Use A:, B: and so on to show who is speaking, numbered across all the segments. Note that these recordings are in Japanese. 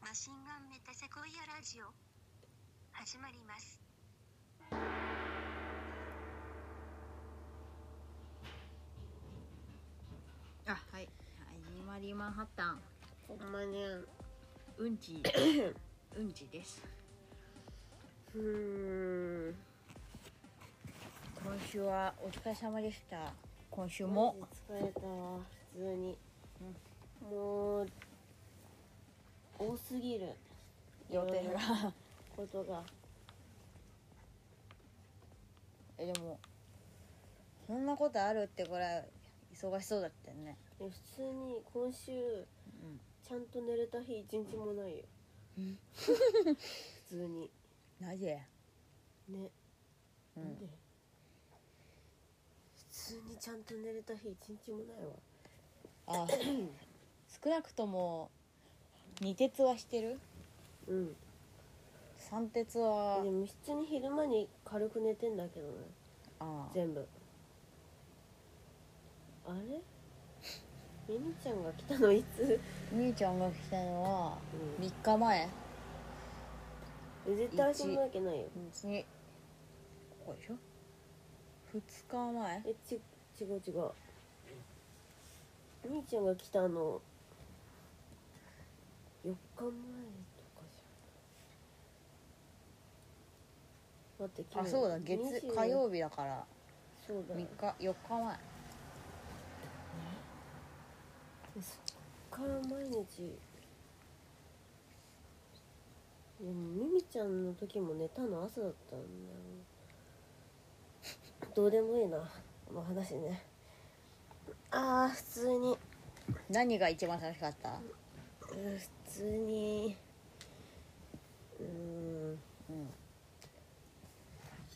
A: マシンガンメタセコイアラジオ始まります
B: あはい始まりマンハッタン
C: ほんまね
B: うん ちうんちです
C: うーん
B: 今週はお疲れ様でした今週
C: も
B: も
C: 疲れたわ普通に、もう多すぎる
B: 予定
C: いろんな
B: が
C: ことが
B: えでもそんなことあるってこれ忙しそうだったよね
C: え普通に今週
B: うん
C: ちゃんと寝れた日一日もないよ普通に
B: なぜ
C: ね、
B: うん
C: なんで普通にちゃんと寝れた日一日もないわ
B: あ 少なくとも二鉄はしてる
C: うん
B: 三鉄は
C: でも普通に昼間に軽く寝てんだけどね
B: あ
C: 全部あれミニちゃんが来たのいつ、
B: みゆちゃんが来たのは
C: う
B: 三日前
C: ん、絶対そんなわけないよ
B: にここでしょ二日前
C: えち違う違うみーちゃんが来たの4日前とかじゃん待って
B: あそうだ月
C: 24
B: 火曜日だから
C: そうだ
B: 3日4日前
C: でそっから毎日でもミミちゃんの時も寝たの朝だったんだよどうでもいいなこの話ねあー普通に
B: 何が一番楽しかった
C: うん普通にうーん
B: うん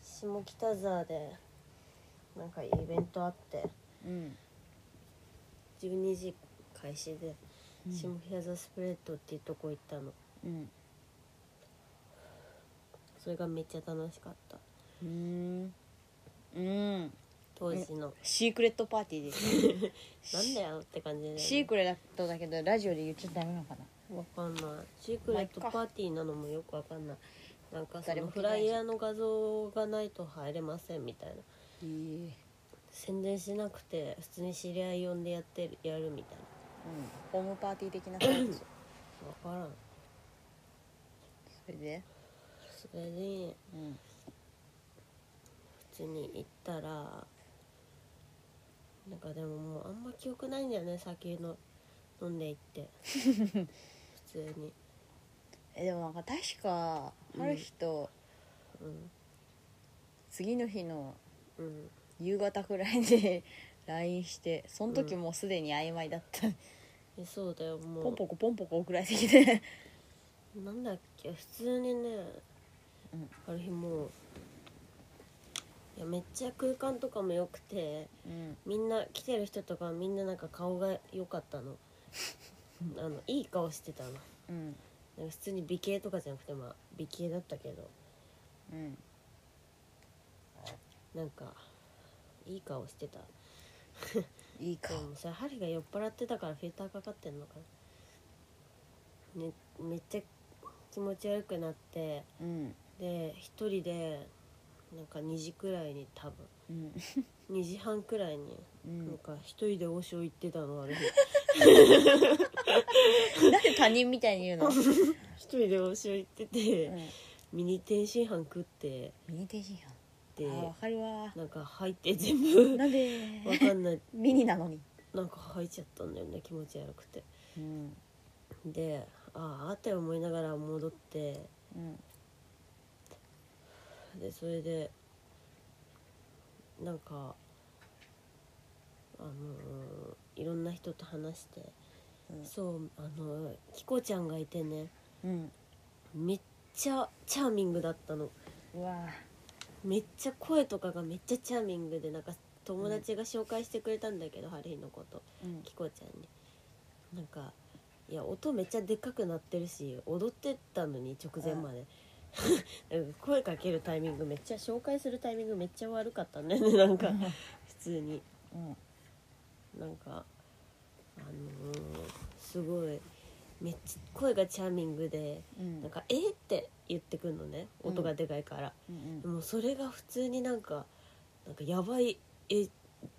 C: 下北沢でなんかイベントあって
B: うん
C: 12時開始で下北沢スプレッドっていうとこ行ったの
B: うん
C: それがめっちゃ楽しかった
B: うんうん
C: 当時の
B: シークレットパーティーですよ
C: なんだよって感じで、ね、
B: シークレットだけどラジオで言っちゃダメなのかな
C: わかんないシークレット
B: まあいっか
C: パーティーなのもよくわかんないなんかそ
B: 誰
C: の
B: も聞
C: フ
B: いてな
C: ラ
B: いし
C: イヤーの画像がないと入れませんみたいな
B: うん
C: 宣伝しなくて普通に知り合い呼んでやってるやるみたい
B: ホームパーティー的な感じ
C: なわからん
B: それで
C: それで
B: うん
C: 普通に行ったらなんかでももうあんま記憶ないんだよね酒の飲んで行って 普通に
B: えでもなんか確か
C: うん
B: ある日と
C: うん
B: 次の日の
C: うん
B: 夕方くらいで LINE してその時もうすでに曖昧だった、
C: えそうだよもう
B: ポンポコポンポコ送られて きて
C: なんだっけ普通にね、
B: うん
C: ある日もういやめっちゃ空間とかも良くて
B: うん
C: みんな来てる人とかみんななんか顔が良かった のあのいい顔してたの
B: うん
C: なんか普通に美形とかじゃなくてまあ美形だったけど
B: うん
C: なんかいい顔してた
B: いいか
C: でもさ針が酔っ払ってたからフィルターかかってんのかな、ね、めっちゃ気持ち悪くなって
B: うん
C: で一人でなんか2時くらいに多分
B: うん
C: 2時半くらいに、
B: う
C: なん
B: ん
C: か一人で王将行ってたのあれ
B: なんで他人みたいに言うの、う
C: 一人で王将行ってて、
B: ん、
C: ミニ天津飯食って
B: ミニ天津飯
C: で
B: あわかるわ
C: なんか入って全 部
B: なんで
C: わかんない
B: ミニなのに
C: なんか入っちゃったんだよね気持ち悪くて
B: うん
C: であああって思いながら戻って
B: うん
C: でそれでなんかあのーいろんな人と話して、
B: うん
C: そうあのーキコちゃんがいてね
B: うん
C: めっちゃチャーミングだったの
B: うわ
C: めっちゃ声とかがめっちゃチャーミングでなんか友達が紹介してくれたんだけど、ハリーのこと
B: うん
C: キコちゃんになんかいや音めっちゃでっかくなってるし踊ってたのに直前までなんか 声かけるタイミングめっちゃ紹介するタイミングめっちゃ悪かったんだよね なんか普通に
B: うん
C: なんかあのーすごいめっちゃ声がチャーミングで
B: うん
C: なんか「えっ?」て言ってくるのね
B: うん
C: 音がでかいから、
B: うん
C: でもそれが普通になんかなんかやばいえ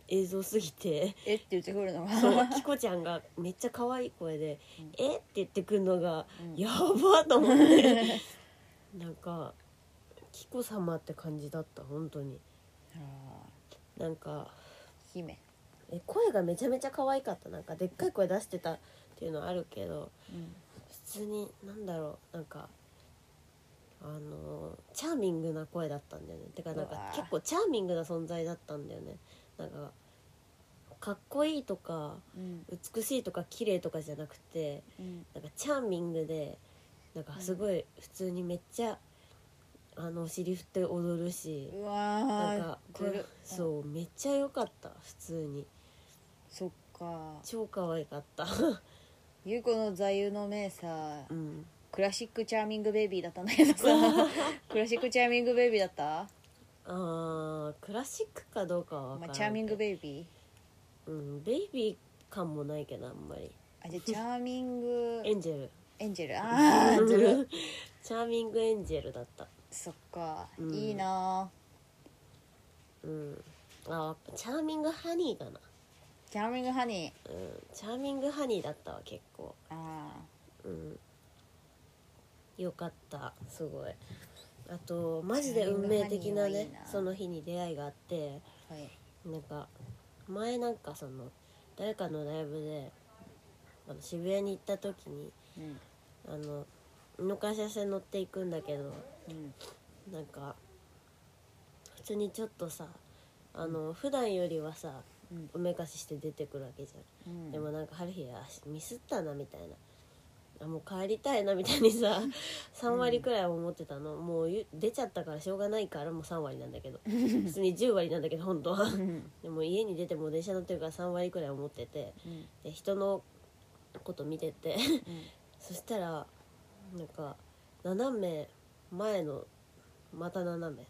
C: 映像すぎて
B: えって言ってくるのが
C: そうキコちゃんがめっちゃ可愛い声で
B: う
C: 「
B: ん
C: えっ?」て言ってくるのが
B: うん
C: やばと思って なんかキコ様って感じだった本当に
B: あ
C: なんか
B: ー姫
C: え声がめちゃめちゃ可愛かったなんかでっかい声出してたっていうのはあるけど
B: うん
C: 普通になんだろうなんかあのーチャーミングな声だったんだよねてかなん
B: うわ
C: か
B: ー
C: 結構チャーミングな存在だったんだよねなんかかっこいいとか
B: うん
C: 美しいとか綺麗とかじゃなくて
B: うん
C: なんかチャーミングでなんかすごい普通にめっちゃ、あのお尻振って踊るし、
B: うわ
C: な
B: ー
C: んかこ
B: ずる
C: そうめっちゃ良かった普通に
B: そっか
C: 超可愛かった、
B: ゆうこの座右の銘さ
C: うん、
B: クラシックチャーミングベイビーだったんだけどさクラシックチャーミングベイビーだった
C: あークラシックかどうかは分か
B: ま
C: ら
B: あ、
C: ん
B: チャーミング
C: ベイ,、
B: ベイビ
C: うん、ベイビー感もないけどあんまり
B: ーあじゃあチャーミング
C: エンジェル
B: エンジェルああずる
C: チャーミングエンジェルだった
B: そっか、
C: うん
B: いいな
C: うんあーチャーミングハニーだな、
B: ーチャーミングハニー
C: うん、チャーミングハニーだったわ結構
B: ああ
C: うんよかったすごいあとマジで運命的な
B: チャーミングハニーはい
C: ね
B: いな
C: その日に出会いがあって
B: はい
C: なんか前なんかその誰かのライブであの渋谷に行った時に
B: うん
C: あの井の頭線乗っていくんだけど
B: うん
C: なんか普通にちょっとさあの普段よりはさ
B: うん
C: おめかしして出てくるわけじゃん
B: うん
C: でもなんか春日はミスったなみたいなあもう帰りたいなみたいに さ3割くらいは思ってたの、もうゆ出ちゃったからしょうがないからもう3割なんだけど普通に10割なんだけど本当は
B: うん
C: でも家に出ても電車乗ってるから3割くらい思ってて
B: うん
C: で人のこと見て て
B: うん
C: そしたらなんか斜め前のまた斜め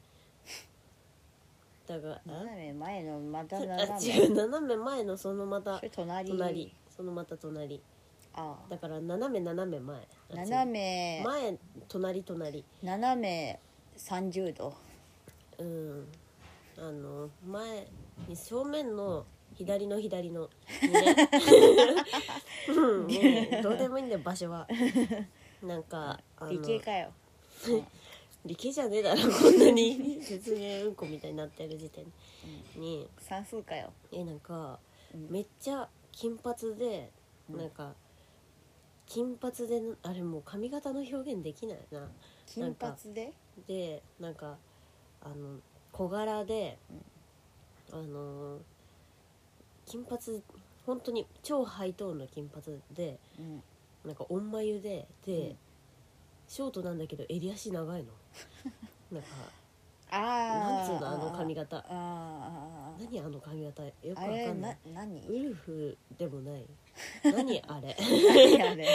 C: だからあ
B: 斜め前のまた
C: あ
B: 斜
C: 違
B: め
C: う斜め前のそのまた
B: それ隣
C: 隣そのまた隣
B: あ
C: だから斜め斜め前
B: あ斜め
C: 前隣隣
B: 斜め30度
C: うんあの前に正面の左の左の、 ねうん、もうどうでもいいんだよ場所はなんかあの
B: 理系 かよ
C: 理系じゃねえだろこんなに説明うんこみたいになってる時点に、
B: 算数かよ
C: えなんか
B: うん
C: めっちゃ金髪で、
B: うん
C: なんか金髪であれもう髪型の表現できないな
B: 金髪で
C: でなんかあの小柄で、あのー金髪本当に超ハイトーンの金髪で
B: うん
C: なんかおんまゆでで、
B: うん
C: ショートなんだけど襟足長 いのなんか
B: あ
C: なん
B: あ
C: つうのあの髪型
B: あー
C: 何あの髪型よくわ
B: あーあーあーあ
C: か
B: れ
C: んな
B: ない
C: ウ
B: 何
C: ルフでも ない何あれ
B: 何あれ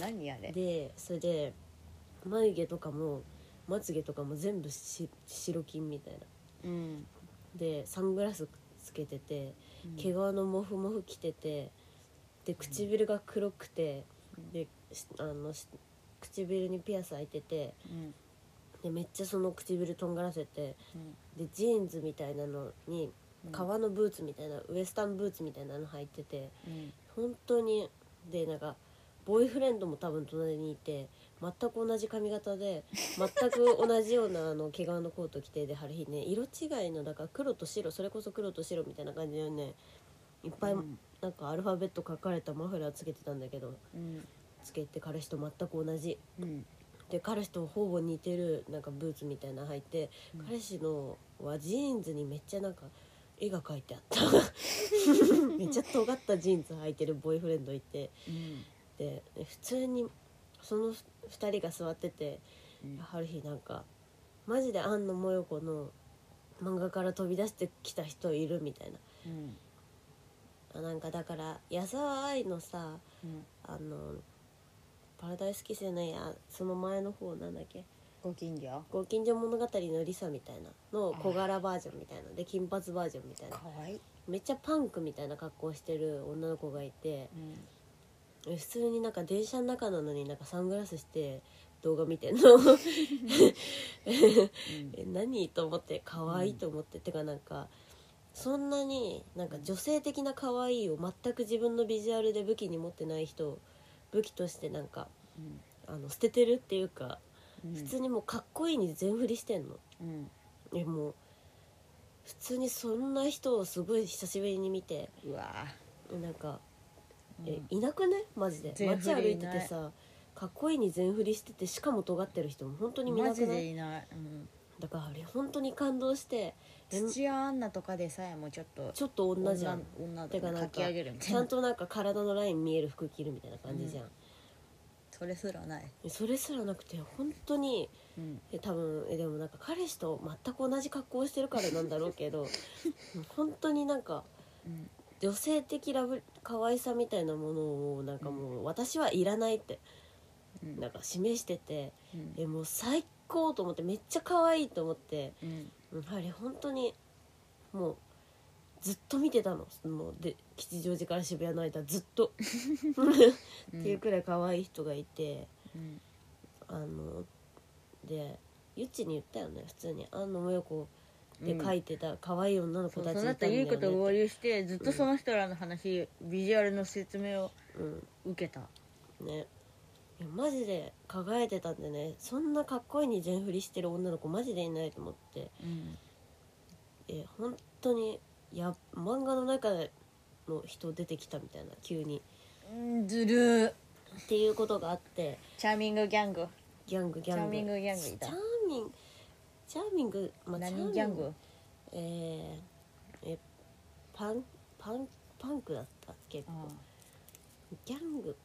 B: 何あれ
C: でそれで眉毛とかもまつげとかも全部し白金みたいな
B: うん
C: でサングラスつけてて
B: うん
C: 毛皮のモフモフ着ててで唇が黒くて
B: うん
C: でしあのし唇にピアス開いてて
B: うん
C: でめっちゃその唇とんがらせて
B: うん
C: でジーンズみたいなのに
B: うん
C: 革のブーツみたいなウエスタンブーツみたいなの履いてて
B: うん
C: 本当にでなんかボーイフレンドも多分隣にいて全く同じ髪型で全く同じようなあの毛皮のコート着てで春日ね色違いのだから黒と白それこそ黒と白みたいな感じでねいっぱい、
B: うん
C: なんかアルファベット書かれたマフラーつけてたんだけど
B: うん
C: つけて彼氏と全く同じ
B: うん
C: で彼氏とほぼ似てるなんかブーツみたいなの履いて、
B: うん
C: 彼氏のはジーンズにめっちゃなんか絵が描いてあった めっちゃ尖ったジーンズ履いてるボーイフレンドいて
B: うん
C: で普通にその2人が座ってて
B: うん
C: ある日なんかマジで庵野もよこの漫画から飛び出してきた人いるみたいな
B: うん
C: あなんかだから矢沢愛のさ
B: うん
C: あのパラダイスキスじゃないやその前の方なんだっけ
B: ご近所
C: 「ご近所物語」のリサみたいなの小柄バージョンみたいなで金髪バージョンみたいな
B: かわいい
C: めっちゃパンクみたいな格好してる女の子がいて
B: うん
C: 普通になんか電車の中なのになんかサングラスして動画見てんの
B: うん
C: え何と思って可愛いと思って、てかなんかそんなになんか女性的な可愛いを全く自分のビジュアルで武器に持ってない人を武器としてなんかあの捨ててるっていうか、
B: うん、
C: 普通にもうかっこいいに全振りしてんの
B: うん、
C: えもう普通にそんな人をすごい久しぶりに見て
B: うわ
C: なんか
B: ー
C: えいなくねマジで
B: 全
C: 街
B: 振
C: 歩
B: り
C: い
B: い
C: て
B: ない
C: てさかっこいいに全振りしててしかも尖ってる人も本当
B: う
C: に
B: ん
C: 見な
B: マ
C: く
B: ジ
C: な
B: で
C: い
B: いない、うん、
C: だからあれ本当に感動してえ
B: 土屋アンナとかでさえもちょっと
C: ちょっと女じゃん
B: 女女
C: て
B: だ
C: か
B: ね
C: なん
B: かき
C: か
B: 上げるみたい
C: ち
B: な
C: ゃんとなんか体のライン見える服着るみたいな感じじゃん、
B: それすらない、
C: それすらなくて本当に
B: うん、
C: え多分えでもなんか彼氏と全く同じ格好をしてるからなんだろうけど 本当になんか
B: うん
C: 女性的ラブ可愛さみたいなものをなんかもう私はいらないって
B: うん
C: なんか示してて
B: うん
C: えもう最高と思ってめっちゃ可愛いと思って
B: うん
C: うんあれ本当にもうずっと見てたのもうで吉祥寺から渋谷の間ずっと
B: う
C: っ
B: ん
C: ていうくらい可愛い人がいて
B: うん
C: あのでゆっちに言ったよね普通に「あのもよこ」で
B: うん
C: 書いてた可愛い女の子
B: そ
C: た
B: うそ
C: ちい
B: う
C: たん
B: だっ
C: だ
B: て
C: よね
B: ゆい子と合
C: って
B: 流してずっとその人らの話、ビジュアルの説明を
C: うん
B: 受けた
C: ねいやマジで輝いてたんでねそんなかっこいいに全振りしてる女の子マジでいないと思って
B: うん
C: え本当にや漫画の中の人出てきたみたいな急に
B: うんずるー
C: っていうことがあって
B: チャーミングギャング
C: ギャングギ
B: チ
C: ャング
B: ャーミングギャングいた
C: チャーミングチャーミング、まあ、チャーミ
B: 何ギャング
C: えーえパンパンパンクだった結構ギャング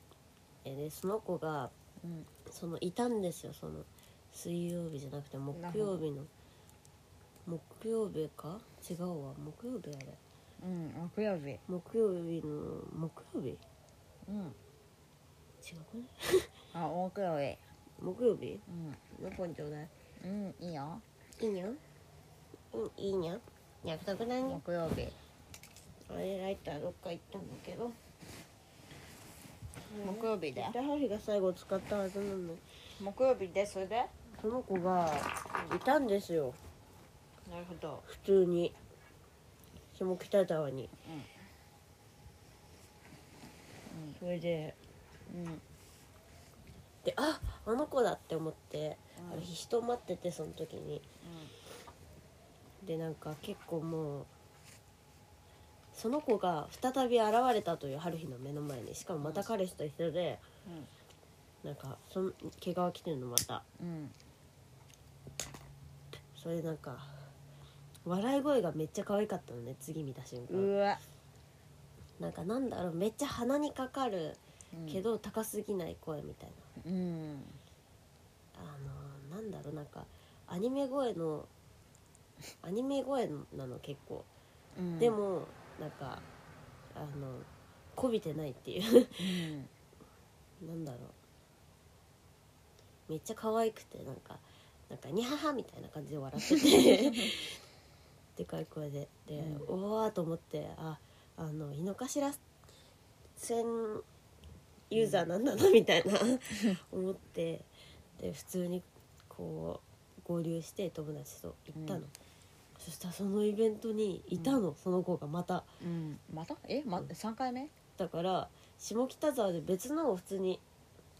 C: えねその子が
B: うん
C: そのいたんですよその水曜日じゃなくて木
B: なるほ
C: 曜日の木曜日か違うわ木曜日あれ
B: うん木曜日
C: 木曜日の木曜日違う
B: うん
C: くね
B: あ木曜日
C: 木曜日
B: うん
C: 何本ちょうだい
B: うんいいよ
C: いいにゃんうんいいにゃん約束なに
B: 木曜日
C: あれライターどっか行ったんだけど
B: 木曜日で
C: でハリが最後使ったはずなのに
B: 木曜日でそれで
C: その子がいたんですよ
B: なるほど
C: 普通に下北沢に、
B: うん
C: それで
B: うん
C: でああの子だって思って、
B: うん
C: あの日人待っててその時にでなんか結構もうその子が再び現れたという春日の目の前にしかもまた彼氏と一緒で、なんかその毛皮着てるのまた
B: うん
C: それでなんか笑い声がめっちゃ可愛かったのね次見た瞬
B: う
C: 間、
B: んうわ
C: なんかなんだろうめっちゃ鼻にかかるけ
B: ど
C: ど高すぎない声みたい
B: うん
C: なあのなんだろうなんかアニメ声のアニメ声なの結構
B: うん
C: でもなんかあのこびてないっていう
B: うん
C: なんだろうめっちゃ可愛くてなんかなんかニハハみたいな感じで笑って てでかい声でで、
B: う
C: おわーと思ってああの井の頭線ユーザーなんだなみたいな思ってで普通にこう合流して友達と行ったの、
B: うん
C: そしたらそのイベントにいたの、その子がまた。
B: うんまたえま三回目
C: だから下北沢で別のを普通に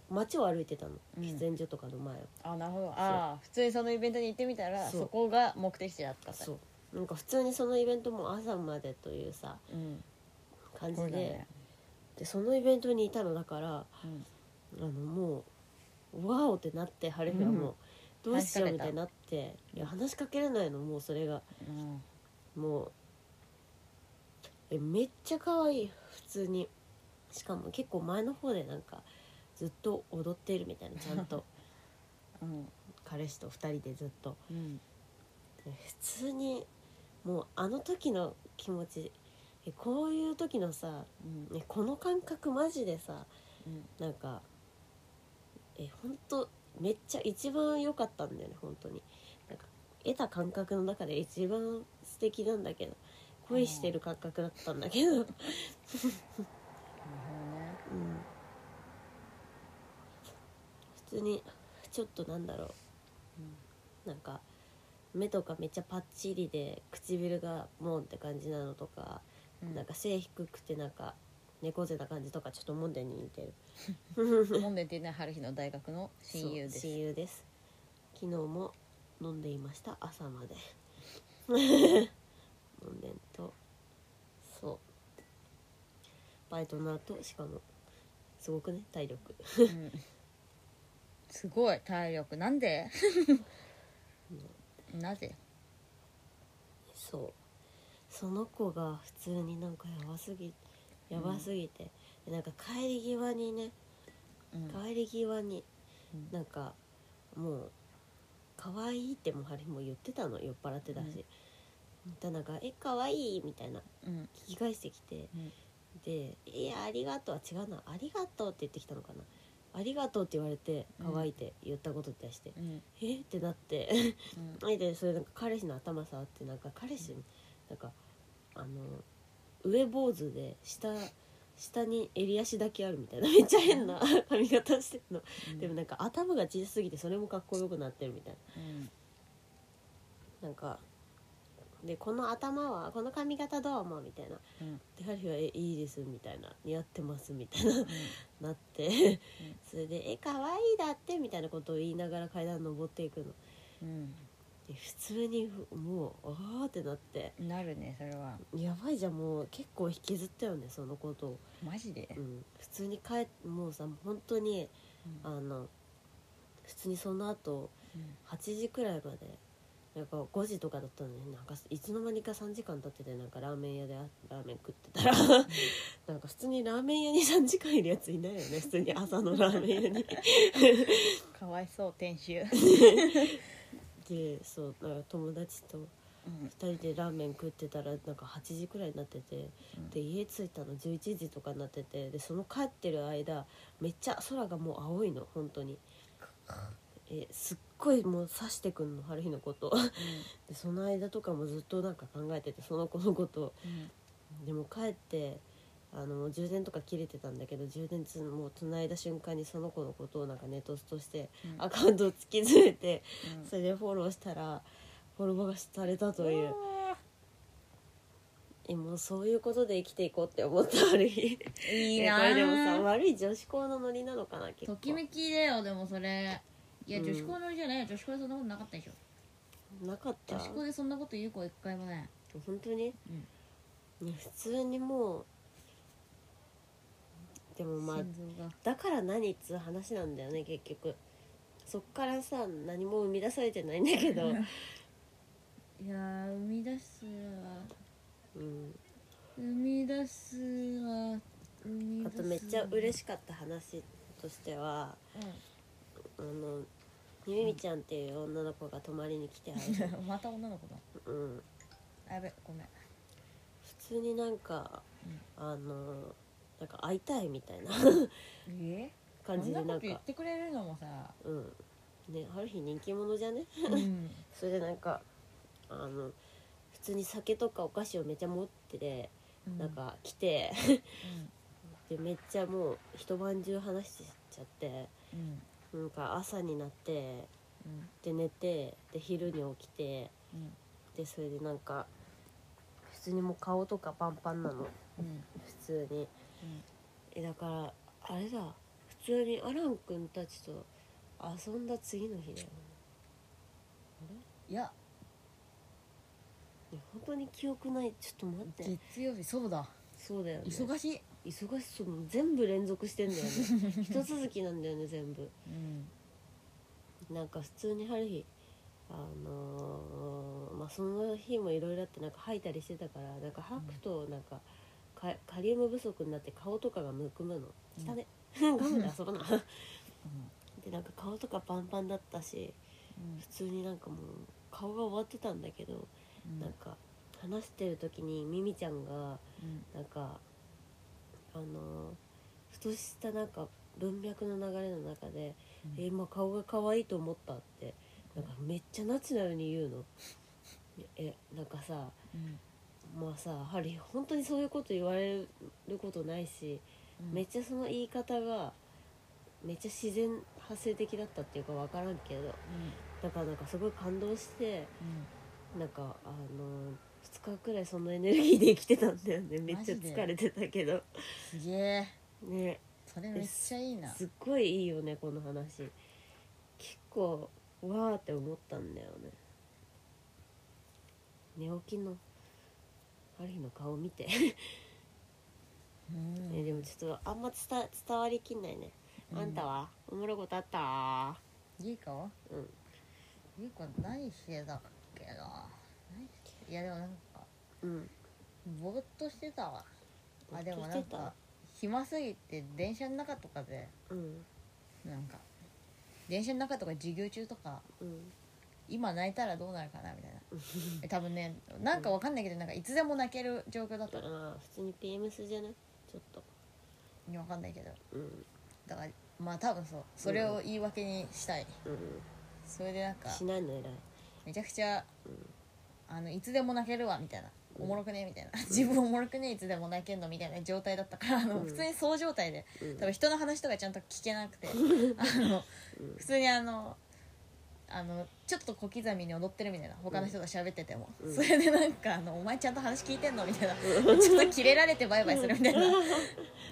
C: 街を歩いてたの、
B: うん
C: 喫煙所とかの前を
B: あなるほどあー普通にそのイベントに行ってみたら
C: そう
B: そこが目的地だったと
C: そうなんか普通にそのイベントも朝までというさ
B: うん
C: 感じ
B: そ
C: で,、
B: うだね
C: でそのイベントにいたのだから
B: うん
C: あのもう「わお!」ってなって春日はもう、
B: うん
C: どうしよう
B: 話しかけた
C: みたいになっていや話しかけれないのもうそれが
B: うん
C: もうえめっちゃ可愛い普通にしかも結構前の方でなんかずっと踊ってるみたいなちゃんと
B: うん
C: 彼氏と2人でずっと。
B: うん
C: 普通にもうあの時の気持ちえこういう時のさ
B: うん
C: えこの感覚マジでさ
B: うん
C: なんかえ本当めっちゃ一番良かったんだよね本当になんか得た感覚の中で一番素敵なんだけど恋してる感覚だったんだけど、うん、
B: なるほどね
C: 普通にちょっとなんだろう、うん、なんか目とかめっちゃパッチリで唇がモンって感じなのとか、
D: うん
C: なんか背低くてなんか猫背な感じとかちょっとモンデに似てる
D: モンデンティナ春日の大学の親友です
C: そう親友です昨日も飲んでいました朝まで 飲んでんとそうバイトの後しかもすごくね体力
D: うんすごい体力なんでなぜ
C: そうその子が普通になんかやばすぎやばすぎて、でなんか帰り際にね
D: うん
C: 帰り際に
D: うん
C: なんかもう可愛いってもはりもう言ってたの酔っ払ってたし、だなんか「え可愛いみたいな
D: うん
C: 聞き返してきて、
D: うん
C: で「いやありがとう」は違うな「ありがとう」って言ってきたのかな「ありがとう」って言われて「
D: うん
C: 可愛いって言ったことに対して「
D: うん
C: えっ?」てなって
D: うん
C: でそれなんか彼氏の頭触ってなんか彼氏なんかあの上坊主で下下に襟足だけあるみたいな めっちゃ変な髪型してるの、でもなんか頭が小さすぎてそれもかっこよくなってるみたい
D: うん
C: ななんかでこの頭はこの髪型どう思うみたいな
D: うん
C: でハリーは「えいいです」みたいな「似合ってます」みたいな なってそれで「え可愛いだって」みたいなことを言いながら階段登っていくの
D: うん
C: で普通にふもうああってなって
D: うんなるねそれは
C: やばいじゃんもう結構引きずったよねそのことを、
D: マジで
C: うん、普通に帰っもうさ本当に
D: うん
C: あの普通にその後8時くらいまでなんか5時とかだったのになんかいつの間にか3時間経っててなんかラーメン屋であラーメン食ってたらなんか普通にラーメン屋に3時間いるやついないよね普通に朝のラーメン屋に
D: かわいそう店主
C: でそうだから友達と
D: うん
C: 2人でラーメン食ってたらなんか8時くらいになってて
D: うん
C: で家着いたの11時とかになっててでその帰ってる間めっちゃ空がもう青いの本当にえすっごいもう刺してくんの春日のこと でその間とかもずっとなんか考えててその子のこと
D: うん
C: でも帰ってあのもう充電とか切れてたんだけど充電つもう繋いだ瞬間にその子のことをなんかネトスとして
D: うん
C: アカウントを突き詰めて
D: うん
C: それでフォローしたらフォローがされたというえもうそういうことで生きていこうって思ったある日
D: いいな
C: やこれでもさ
D: ぁ
C: 悪い女子校のノリなのかな結構
D: ときめきだよでもそれいや
C: うん
D: 女子校のりじゃないよ女子校でそんなことなかったでしょ
C: なかった
D: 女子校でそんなこと言う子は一回もない
C: 本当に、ね普通にもうでもまあ
D: 心臓が
C: だから何っつう話なんだよね結局そっからさ何も生み出されてないんだけど、
D: いやー生み出すわ
C: うん、
D: 生み出すわ生み出
C: あ
D: す
C: とめっちゃ
D: しい、
C: 嬉しかった話としてはあのゆみちゃんっていう女の子が泊まりに来てはる、
D: うん また女の子だ
C: うん、
D: あやべごめん
C: 普通になんか、あのなんか会いたいみたいな
D: え
C: 感じで
D: こんなこ
C: なん
D: と言
C: か
D: ってくれるのもさ、
C: うんねある日人気者じゃね
D: うん、
C: それでなんかあの普通に酒とかお菓子をめちゃ持ってて なん、か来て、でめっちゃもう一晩中話しちゃって
D: うんうん
C: なんか朝になって
D: うん
C: で寝てで昼に起きて
D: うん
C: でそれでなんか普通にもう顔とかパンパンなの
D: うん
C: 普通にえだからあれだ普通にアラン君たちと遊んだ次の日だよね
D: いや
C: いや本当に記憶ないちょっと待って
D: 月曜日そうだ
C: そうだよね
D: 忙しい、
C: 忙しそうもう全部連続してんだ よね一続きなんだよね全部
D: うん
C: なんか普通に春日あのーまあその日もいろいろあってなんか吐いたりしてたからなんか吐くとなんか、かカリウム不足になって顔とかがむくむの
D: うん
C: 汚ね、 ガムで遊ばな でなんか顔とかパンパンだったし普通になんかもう顔が終わってたんだけど、
D: うん
C: なんか話してる時にミミちゃんが
D: うん
C: なんかあのふとしたなんか文脈の流れの中で「
D: うん
C: え今顔が可愛いと思った」ってなんかめっちゃナチュラルに言うの。えなんかさ
D: うん
C: まあさやはり本当にそういうこと言われることないし、
D: うん
C: めっちゃその言い方がめっちゃ自然発生的だったっていうか分からんけどだからなんかすごい感動してなんかあの2日くらいそのエネルギーで生きてたんだよねめっちゃ
B: マジで
C: 疲れてたけど
B: すげえ
C: ね
B: それめっちゃいいな
C: すっごいいいよねこの話結構わーって思ったんだよね寝起きのある日の顔見て、
B: う
C: ね
B: ん
C: でもちょっとあんま伝伝わりきんないね、あんたはおもろいことあった
B: ゆいかは
C: うん
B: ゆいか何してたっけな何していやでもなんか
C: うん
B: ぼーっとしてたわあでもな
C: ぼー
B: ん
C: っとして
B: か
C: た
B: 暇すぎて電車の中とかで
C: うん
B: なんか電車の中とか授業中とか
C: うん
B: 今泣いたらどうなるかなみたいなえ多分ねなんかわかんないけどなんかいつでも泣ける状況だった
C: だから普通に PMS じゃないちょっと
B: いやわかんないけど
C: うん
B: だからまあ多分そうそれを言い訳にしたい、
C: うん
B: それでなんか
C: しないの偉い
B: めちゃくちゃ、あのいつでも泣けるわみたいな
C: うん
B: おもろくねみたいな自分おもろくねいつでも泣けんのみたいな状態だったからあの、
C: うん
B: 普通にそう状態で
C: うん
B: 多分人の話とかちゃんと聞けなくてあの
C: うん
B: 普通にあのあのちょっと小刻みに踊ってるみたいな他の人が喋ってても、
C: うん
B: それでなんかあの「お前ちゃんと話聞いてんの?」み たいなちょっとキレられてバイバイするみたいな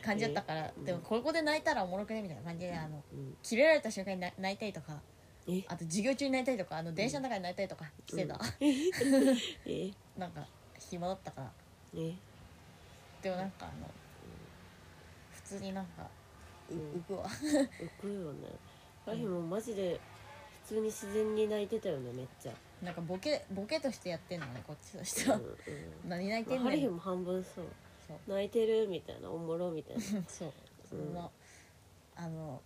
B: 感じだったから、
C: うん
B: でもここで泣いたらおもろくねみたいな感じであの
C: うん
B: キレられた瞬間に泣泣いたりとか
C: え
B: あと授業中に泣いたりとかあの電車の中に泣いたりとかしてた、
C: え
B: なんか暇だったから
C: え
B: でもなんかあの普通になんかう
C: うん
B: 浮くわ
C: 浮くよねある日もマジで普通に自然に泣いてたよねめっちゃ、
B: なんかボケボケとしてやってんのねこっちとしては
C: うんうん
B: 何泣いてん
C: まあ、
B: の
C: ある日
B: よ
C: も半分そう
B: そう
C: 泣いてるみたいなおもろみたい な
B: そうそ
C: うん
B: の、あの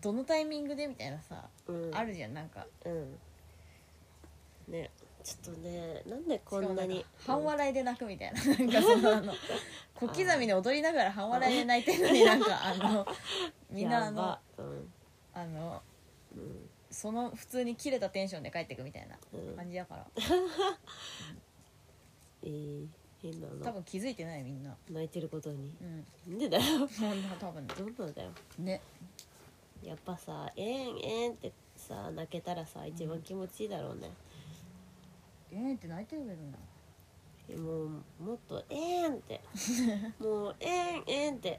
B: どのタイミングでみたいなさ、
C: うん
B: あるじゃんなんか
C: うんねちょっとねなんでこんなに
B: しかもなんか半笑いで泣くみたいな なんかそのあ の小刻みに踊りながら半笑いで泣いてるのになんかあの
C: うん
B: みんなあ
C: や
B: の
C: ばうん
B: あの
C: うん
B: その普通に切れたテンションで帰ってくみたいな
C: うん
B: 感じだから、
C: えー、変な
B: 多
C: の
B: 分気づいてないみんな
C: 泣いてることに
B: うん
C: なんでだよ
B: そんな多分
C: どんなんだよ
B: ね
C: やっぱさ「えんえん」ってさ泣けたらさ一番気持ちいいだろうね、
B: えーって泣いてるけどな
C: もうもっと「えーん」って もう「えーんえーん」って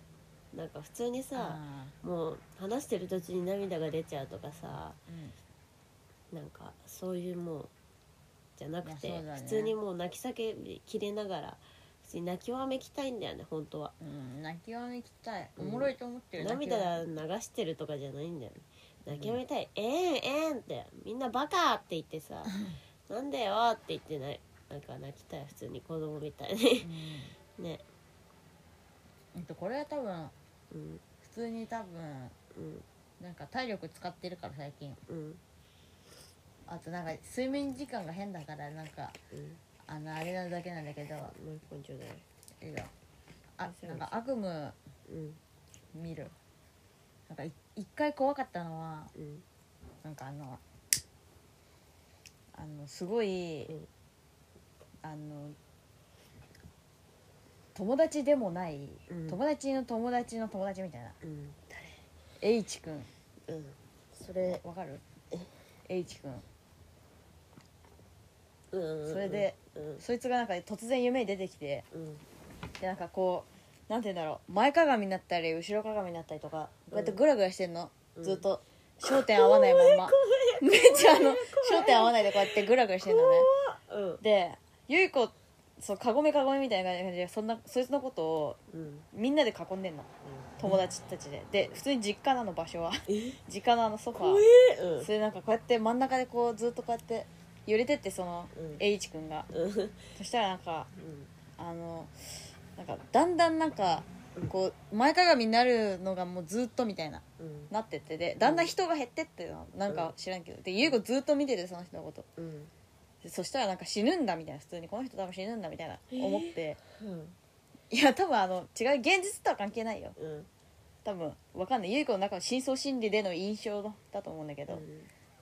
C: なんか普通にさ
B: あ
C: もう話してる途中に涙が出ちゃうとかさ
B: ーうん
C: なんかそういうもうじゃなくて、
B: いやそうだね
C: 普通にもう泣き叫び切れながら普通に泣きわめきたいんだよね本当は
B: うん、泣きわめきたいお
C: うん
B: もろいと思ってる、泣きわめ
C: 涙流してるとかじゃないんだよね泣きわめたい「えーんえーん」ってみんな「バカ!」って言って さ「なんだよ!」って言ってないなんか泣きたい普通に子供みたいに ね
B: うん、えっとこれは多分
C: うん
B: 普通に多分
C: うん
B: なんか体力使ってるから最近
C: うん
B: あとなんか睡眠時間が変だからなんか
C: うん
B: あのあれなだけなんだけど
C: もう一本ちょうだい。
B: いいよあ
C: 面白い
B: なんか悪夢
C: うん
B: 見るなんかい一回怖かったのは
C: うん
B: なんかあのあのすごい、
C: うん
B: あの友達でもない、
C: うん
B: 友達の友達の友達みたいな
C: うん。
B: H 君
C: うん。それ
B: わかる H 君
C: うん
B: それで
C: うん
B: そいつがなんか突然夢に出てきて
C: うん
B: でなんかこうなんて言うんだろう前かがみになったり後ろかがみになったりとかこうやってグラグラしてんの、
C: うん
B: ずっと焦点合わないまんまめっちゃあの焦点合わないでこうやってグラグラしてんのね
C: うん
B: でゆいこそうかごめかごめみたいな感じでそんなそいつのことを
C: うん
B: みんなで囲んでんの友達たちでで普通に実家なの場所は 実家のあのソファー
C: えう
B: それでなんかこうやって真ん中でこうずっとこうやって揺れてってその
C: うん
B: H 君が
C: うんうん
B: そしたらなんかあのなんかだんだんなんかこう前かがみになるのがもうずっとみたいな
C: うん
B: なってってでだんだん人が減ってってのなんか知らんけどで優子ずっと見ててその人のこと
C: うん
B: でそしたらなんか死ぬんだみたいな普通にこの人多分死ぬんだみたいな
C: えー
B: 思って、
C: うん
B: いや多分あの違う現実とは関係ないよ
C: うん
B: 多分わかんない優子の中の深層心理での印象のだと思うんだけど、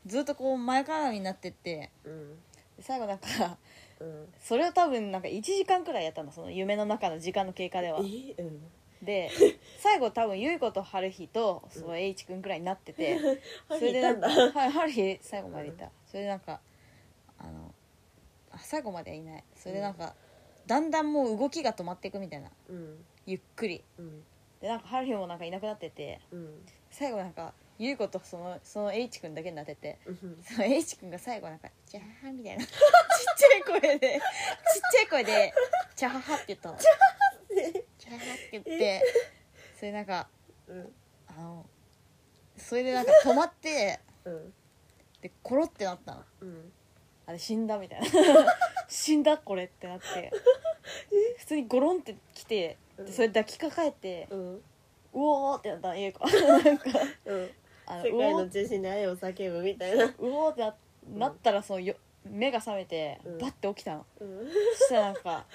B: ずっとこう前かがみになってって
C: うん
B: で最後なんか
C: うん
B: それを多分なんか1時間くらいやったのその夢の中の時間の経過では
C: えうん
B: で 最後多分ゆい子と春日とその栄一君くらいになってて、
C: ハ
B: そ
C: リ
B: れ
C: ーい
B: で
C: た
B: なんん
C: だ
B: かはい春日最後までいた、それでなんかあのあ最後まではいないそれでなんか、だんだんもう動きが止まっていくみたいな
C: うん
B: ゆっくり
C: うん
B: でなんか春日もなんかいなくなってて
C: うん
B: 最後なんかゆい子とそのその栄一君だけになってて
C: うん
B: その栄一君が最後なんか「じゃあ」みたいなちっちゃい声でちっちゃい声で「じゃあはは」って言ったの「じゃあは」って言ってそれなんか
C: うん
B: あのそれでなんか止まって
C: うん
B: でコロってなったの
C: うん
B: あれ死んだみたいな死んだこれってなって普通にゴロンってきてでそれ抱きかかえて
C: うん
B: うおーってなったのゆい子なんか
C: うん
B: あの
C: 世
B: う
C: 界
B: おー
C: の中心で愛を叫ぶみたいな
B: うおーってななったらそのよ目が覚めて
C: うん
B: バッて起きたの
C: うん
B: そしたらなんか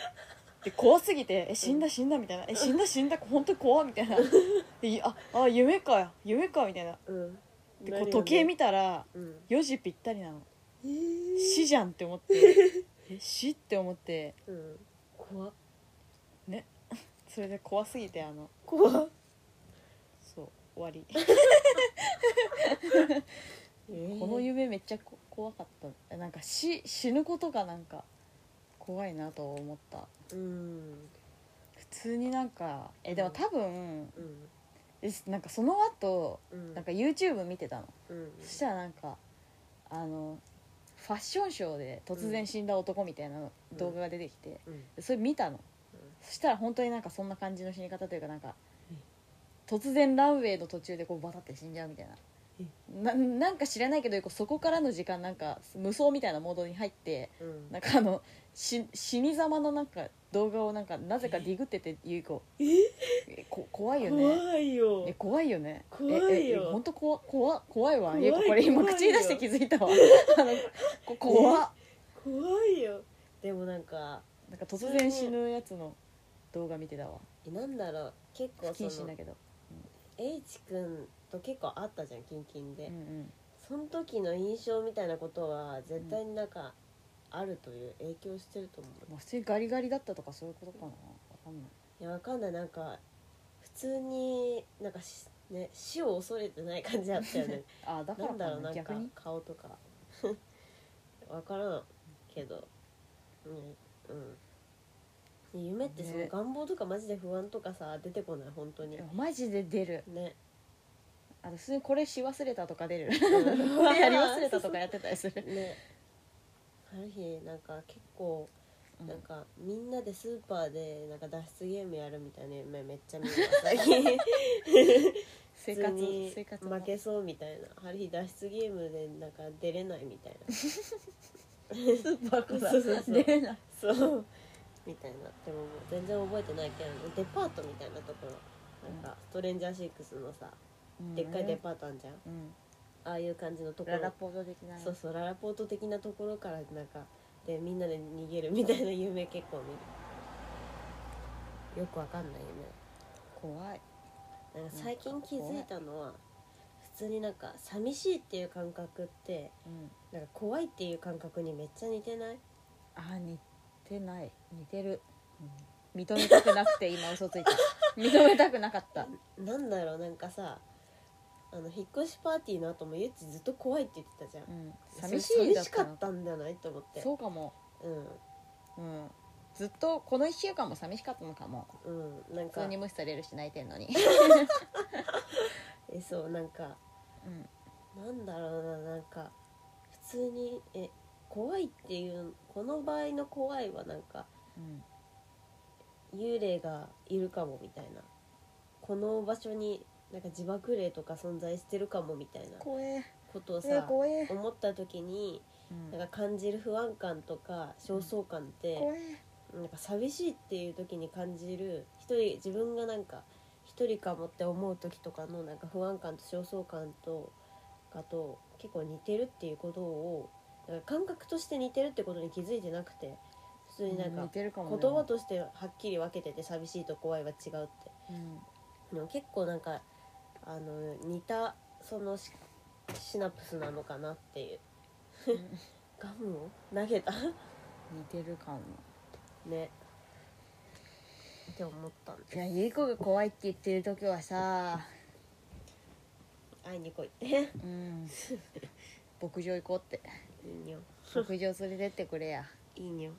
B: で怖すぎて「え死んだ死んだ」みたいな「え死んだ死んだ本当に怖」みた いな「でいああ夢かよ夢か」みたいな
C: うん
B: でこう時計見たら
C: うん
B: 4時ぴったりなの
C: えー
B: 死じゃんって思って え死って思って
C: うん怖っ
B: それで怖すぎてあの
C: 怖っ
B: そう終わり
C: えー
B: この夢めっちゃこ怖かったなんか死死ぬことがなんか怖いなと思った
C: うん
B: 普通になんかえでも多分
C: うん
B: えなんかその後
C: うん
B: なんか YouTube 見てたの
C: うん
B: そしたらなんかあのファッションショーで突然死んだ男みたいなの
C: うん
B: 動画が出てきて
C: うん
B: それ見たのそしたら本当になんかそんな感じの死に方というかなんか突然ランウェイの途中でこうバタって死んじゃうみたいなななんか知らないけどこうそこからの時間なんか無双みたいなモードに入って
C: うん
B: なんかあのし死に様のなんか動画をなんかなぜかディグっててゆい子えこ怖いよね
C: 怖いよ
B: え怖いよね
C: 怖いよ
B: えええ本当怖怖怖いわ
C: 怖い
B: ゆうここれ今
C: 怖いよ
B: 口に出して気づ いたわあのこ怖っ
C: 怖いよでもなんか
B: なんか突然死ぬやつの動画見てたわ
C: えなんだろう結
B: 不
C: 構そ
B: 謹慎だ
C: の
B: けど
C: H 君と結構あったじゃんキンキンで、
B: うんうん
C: その時の印象みたいなことは絶対になんかあるという影響してると思
B: まあ普通にガリガリだったとかそういうことかなわかんないう
C: いやわかんないなんか普通になんかし、ね、死を恐れてない感じだったよね
B: あだから
C: なんだろ
B: か
C: う
B: な
C: なん
B: 逆
C: か
B: に
C: 顔とか わからんけどねうん、夢ってその
B: ね
C: 願望とかマジで不安とかさ出てこない本当に
B: いやマジで出る
C: ね
B: あの普通にこれし忘れたとか出る
C: ん
B: これ やり忘 れたとかやってたりする
C: ねある日なんか結構
B: うん
C: なんかみんなでスーパーでなんか脱出ゲームやるみたいな夢めっちゃ 見る最近
B: 生
C: 普
B: 活
C: 通に
B: 生活の
C: 負けそうみたいなある日脱出ゲームでなんか出れないみたいな
B: スーパーから
C: そうそうそう
B: 出れない
C: そうみたいなでももう全然覚えてないけどデパートみたいなところなんかストレンジャーシックスのさでっかいデパートあんじゃん
B: うん
C: ああいう感じのとこ
B: ラ
C: ろ
B: ラポード的な
C: そうそうララポート的なところからなんかでみんなで逃げるみたいな夢結構見るよくわかんない
B: 怖い
C: 夢なんか最近気づいたのは普通になんか寂しいっていう感覚って
B: うん
C: なんか怖いっていう感覚にめっちゃ似てない
B: あ似てない似てる、うん認めたくなくて今嘘つ いた認めたくなかった
C: なんだろうなんかさあの引っ越しパーティーの後もゆっちずっと怖いって言ってたじゃん
B: うん
C: 寂
B: 寂し
C: しい
B: いだ
C: 寂しか
B: な
C: ったんじゃないと思って
B: そうかも
C: う
B: うんずっとこの1週間も寂しかったのかも
C: んうんなん
B: 普通
C: か
B: に無視されるし泣いてん のに
C: えそうなんか
B: うん
C: なんだろうななんか普通にえ怖いっていうこの場合の怖いはなんか
B: うん
C: 幽霊がいるかもみたいなこの場所になんか自爆霊とか存在してるかもみたいな
B: 怖え
C: ことを
B: えー
C: さ
B: 怖え、
C: 思った時に
B: うん
C: なんか感じる不安感とか焦燥感って
B: 怖え
C: なんか寂しいっていう時に感じる一人自分がなんか一人かもって思う時とかのなんか不安感と焦燥感とかと結構似てるっていうことをなんか感覚として似てるってことに気づいてなくて普通になん
B: うん
C: か
B: 似てるかも
C: 言葉、としてはっきり分けてて寂しいと怖いは違うって
B: うん
C: でも結構なんかあの似たそのシシナプスなのかなっていう
B: うん
C: ガムを投げた
B: 似てるかも
C: ねって思ったん
D: い
C: で
D: やゆい子が怖いって言ってる時はさ
C: 会いに来いっていい
D: うん 牧場行こうって
C: にょ
D: 牧場連れてってくれや
C: いいにょ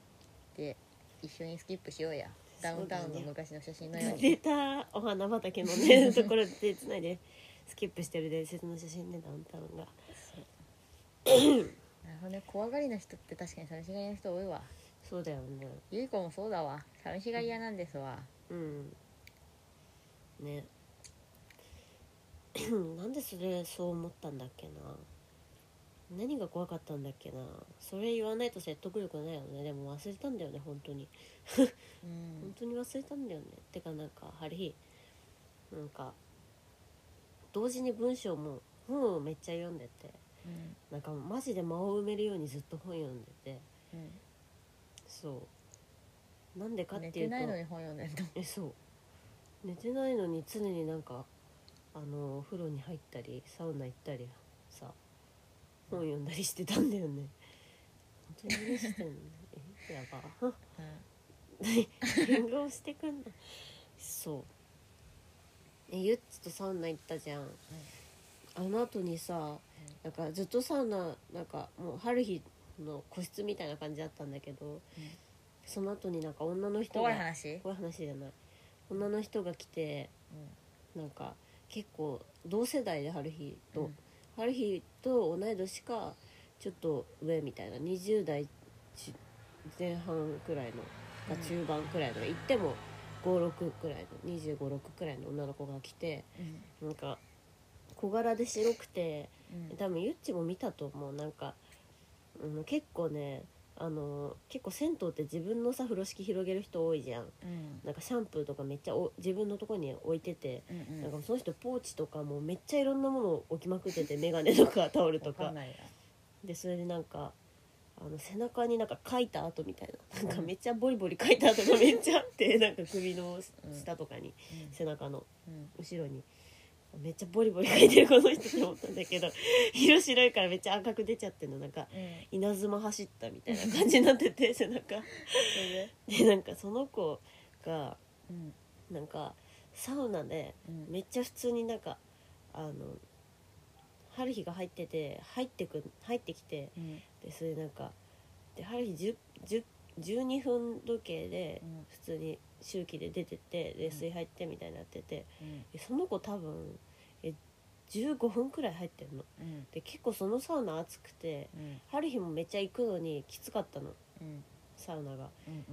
D: で一緒にスキップしようやダウンタウンの昔の写真のように
C: 出たお花畑の ねところで手つないでスキップしてる伝説の写真ねダウンタウンが
D: なるほどね怖がりの人って確かに寂しがりの人多いわ
C: そうだよね
D: ゆい子もそうだわ寂しがり屋なんですわ
C: うん ねなんでそれそう思ったんだっけな何が怖かったんだっけなそれ言わないと説得力ないよねでも忘れたんだよね本当に
D: う
C: 本
D: ん
C: 当に忘れたんだよねてかなんかあれなんか同時に文章も本をめっちゃ読んでて
D: うん
C: なんかマジで間を埋めるようにずっと本読んでて
D: うん
C: そうなんでかっ
D: 寝
C: ていうと
D: てないのに本読んでんの
C: えそう寝てないのに常になんかあのお風呂に入ったりサウナ行ったりさ本読んだりしてたんだよね本当に何してんのえやば変顔してくんなそうえゆっちとサウナ行ったじゃん、あの後にさなんかずっとサウナなんかもう春日の個室みたいな感じだったんだけど、その後になんか女の人が
D: 怖い話
C: 怖い話じゃない女の人が来てなんか結構同世代で春日と、
D: うん
C: 春日と同い年かちょっと上みたいな20代ち前半くらいの
D: う
C: か
D: ん
C: 中盤くらいの、行っても56くらいの256くらいの女の子が来て
D: うん
C: なんか小柄で白くて
D: うん
C: 多分ゆっちも見たと思うなんか、うん、結構ねあの結構銭湯って自分のさ風呂敷広げる人多いじゃ
D: う
C: ん
D: ん
C: なんかシャンプーとかめっちゃお自分のとこに置いてて、
D: うんうん
C: なんかその人ポーチとかもうめっちゃいろんなものを置きまくって て眼鏡とかタオルと
D: わ
C: か
D: かんない
C: でそれでなんかあの背中になんか書いた跡みたいななんかめっちゃボリボリ書いた跡がめっちゃあ ってなんか首の下とかに、背中の
D: うんうん
C: 後ろにめっちゃボリボリ書いてるこの人って思ったんだ けど色白いからめっちゃ赤く出ちゃってんのなんか
D: うん
C: 稲妻走ったみたいな感じになってて背中でなんかその子が
D: うん
C: なんかサウナで
D: うん
C: めっちゃ普通になんかあの春日が入ってて入ってく入ってきて
D: うん
C: でそれでなんかで春日10 10 12分時計で
D: うん
C: 普通に周期で出てって
D: う
C: で
D: ん
C: 水入ってみたいになってて
D: うん
C: えその子多分え15分くらい入ってんの
D: うん
C: で結構そのサウナ暑くて
D: うん
C: 春日もめっちゃ行くのにきつかったの
D: うん
C: サウナが
D: うん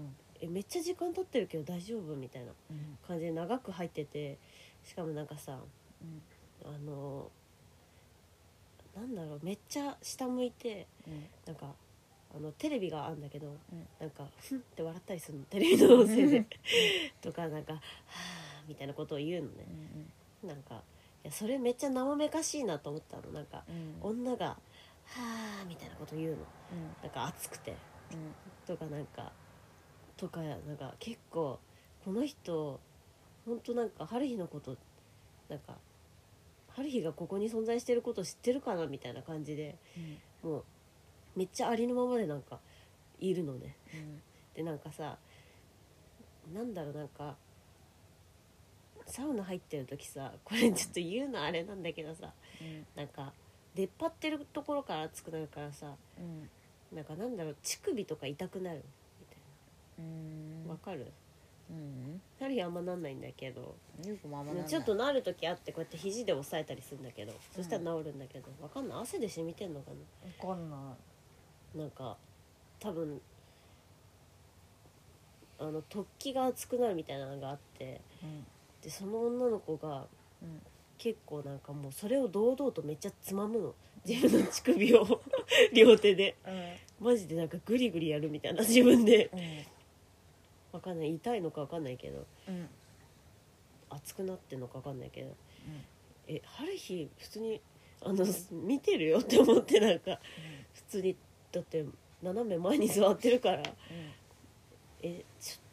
C: えめっちゃ時間経ってるけど大丈夫みたいな
D: うん
C: 感じで長く入っててしかもなんかさ
D: うん
C: あのなんだろうめっちゃ下向いて
D: うん
C: なんかあのテレビがあるんだけど、
D: うん
C: なんかふんって笑ったりするのテレビの音声で とかなんか「はあ」みたいなことを言うのねなんかいやそれめっちゃ生めかしいなと思ったのなんか
D: うんうん
C: 女が「はあ」みたいなこと言うのなんか熱くて
D: うん
C: とかなんかとかなんか結構この人ほんとなんか春日のことなんか春日がここに存在してること知ってるかなみたいな感じで
D: うん
C: もうめっちゃありのままでなんかいるのね
D: うん
C: でなんかさなんだろうなんかサウナ入ってる時さこれちょっと言うのあれなんだけどさ
D: うん
C: なんか出っ張ってるところから熱くなるからさ
D: うん
C: なんかなんだろう乳首とか痛くなるみたいうなわ
D: ん
C: かる、
D: うん
C: なる日あんまなんないんだけど
D: ゆうこもあんまなんない
C: ちょっとなる時あってこうやって肘で押さえたりするんだけど、そしたら治るんだけどわかんない汗で染みてんのか
D: わかんな
C: ななんか多分あの突起が熱くなるみたいなのがあって
D: いうん
C: でその女の子が
D: うん
C: 結構なんかもうそれを堂々とめっちゃつまむの自分の乳 首を両手でマジでなんかグリグリやるみたいな自分でわかんない痛いのかわかんないけど
D: うん
C: 熱くなってんのかわかんないけどえ春日普通にあの見てるよって思ってなんか普通にだって斜め前に座ってるからえちょっと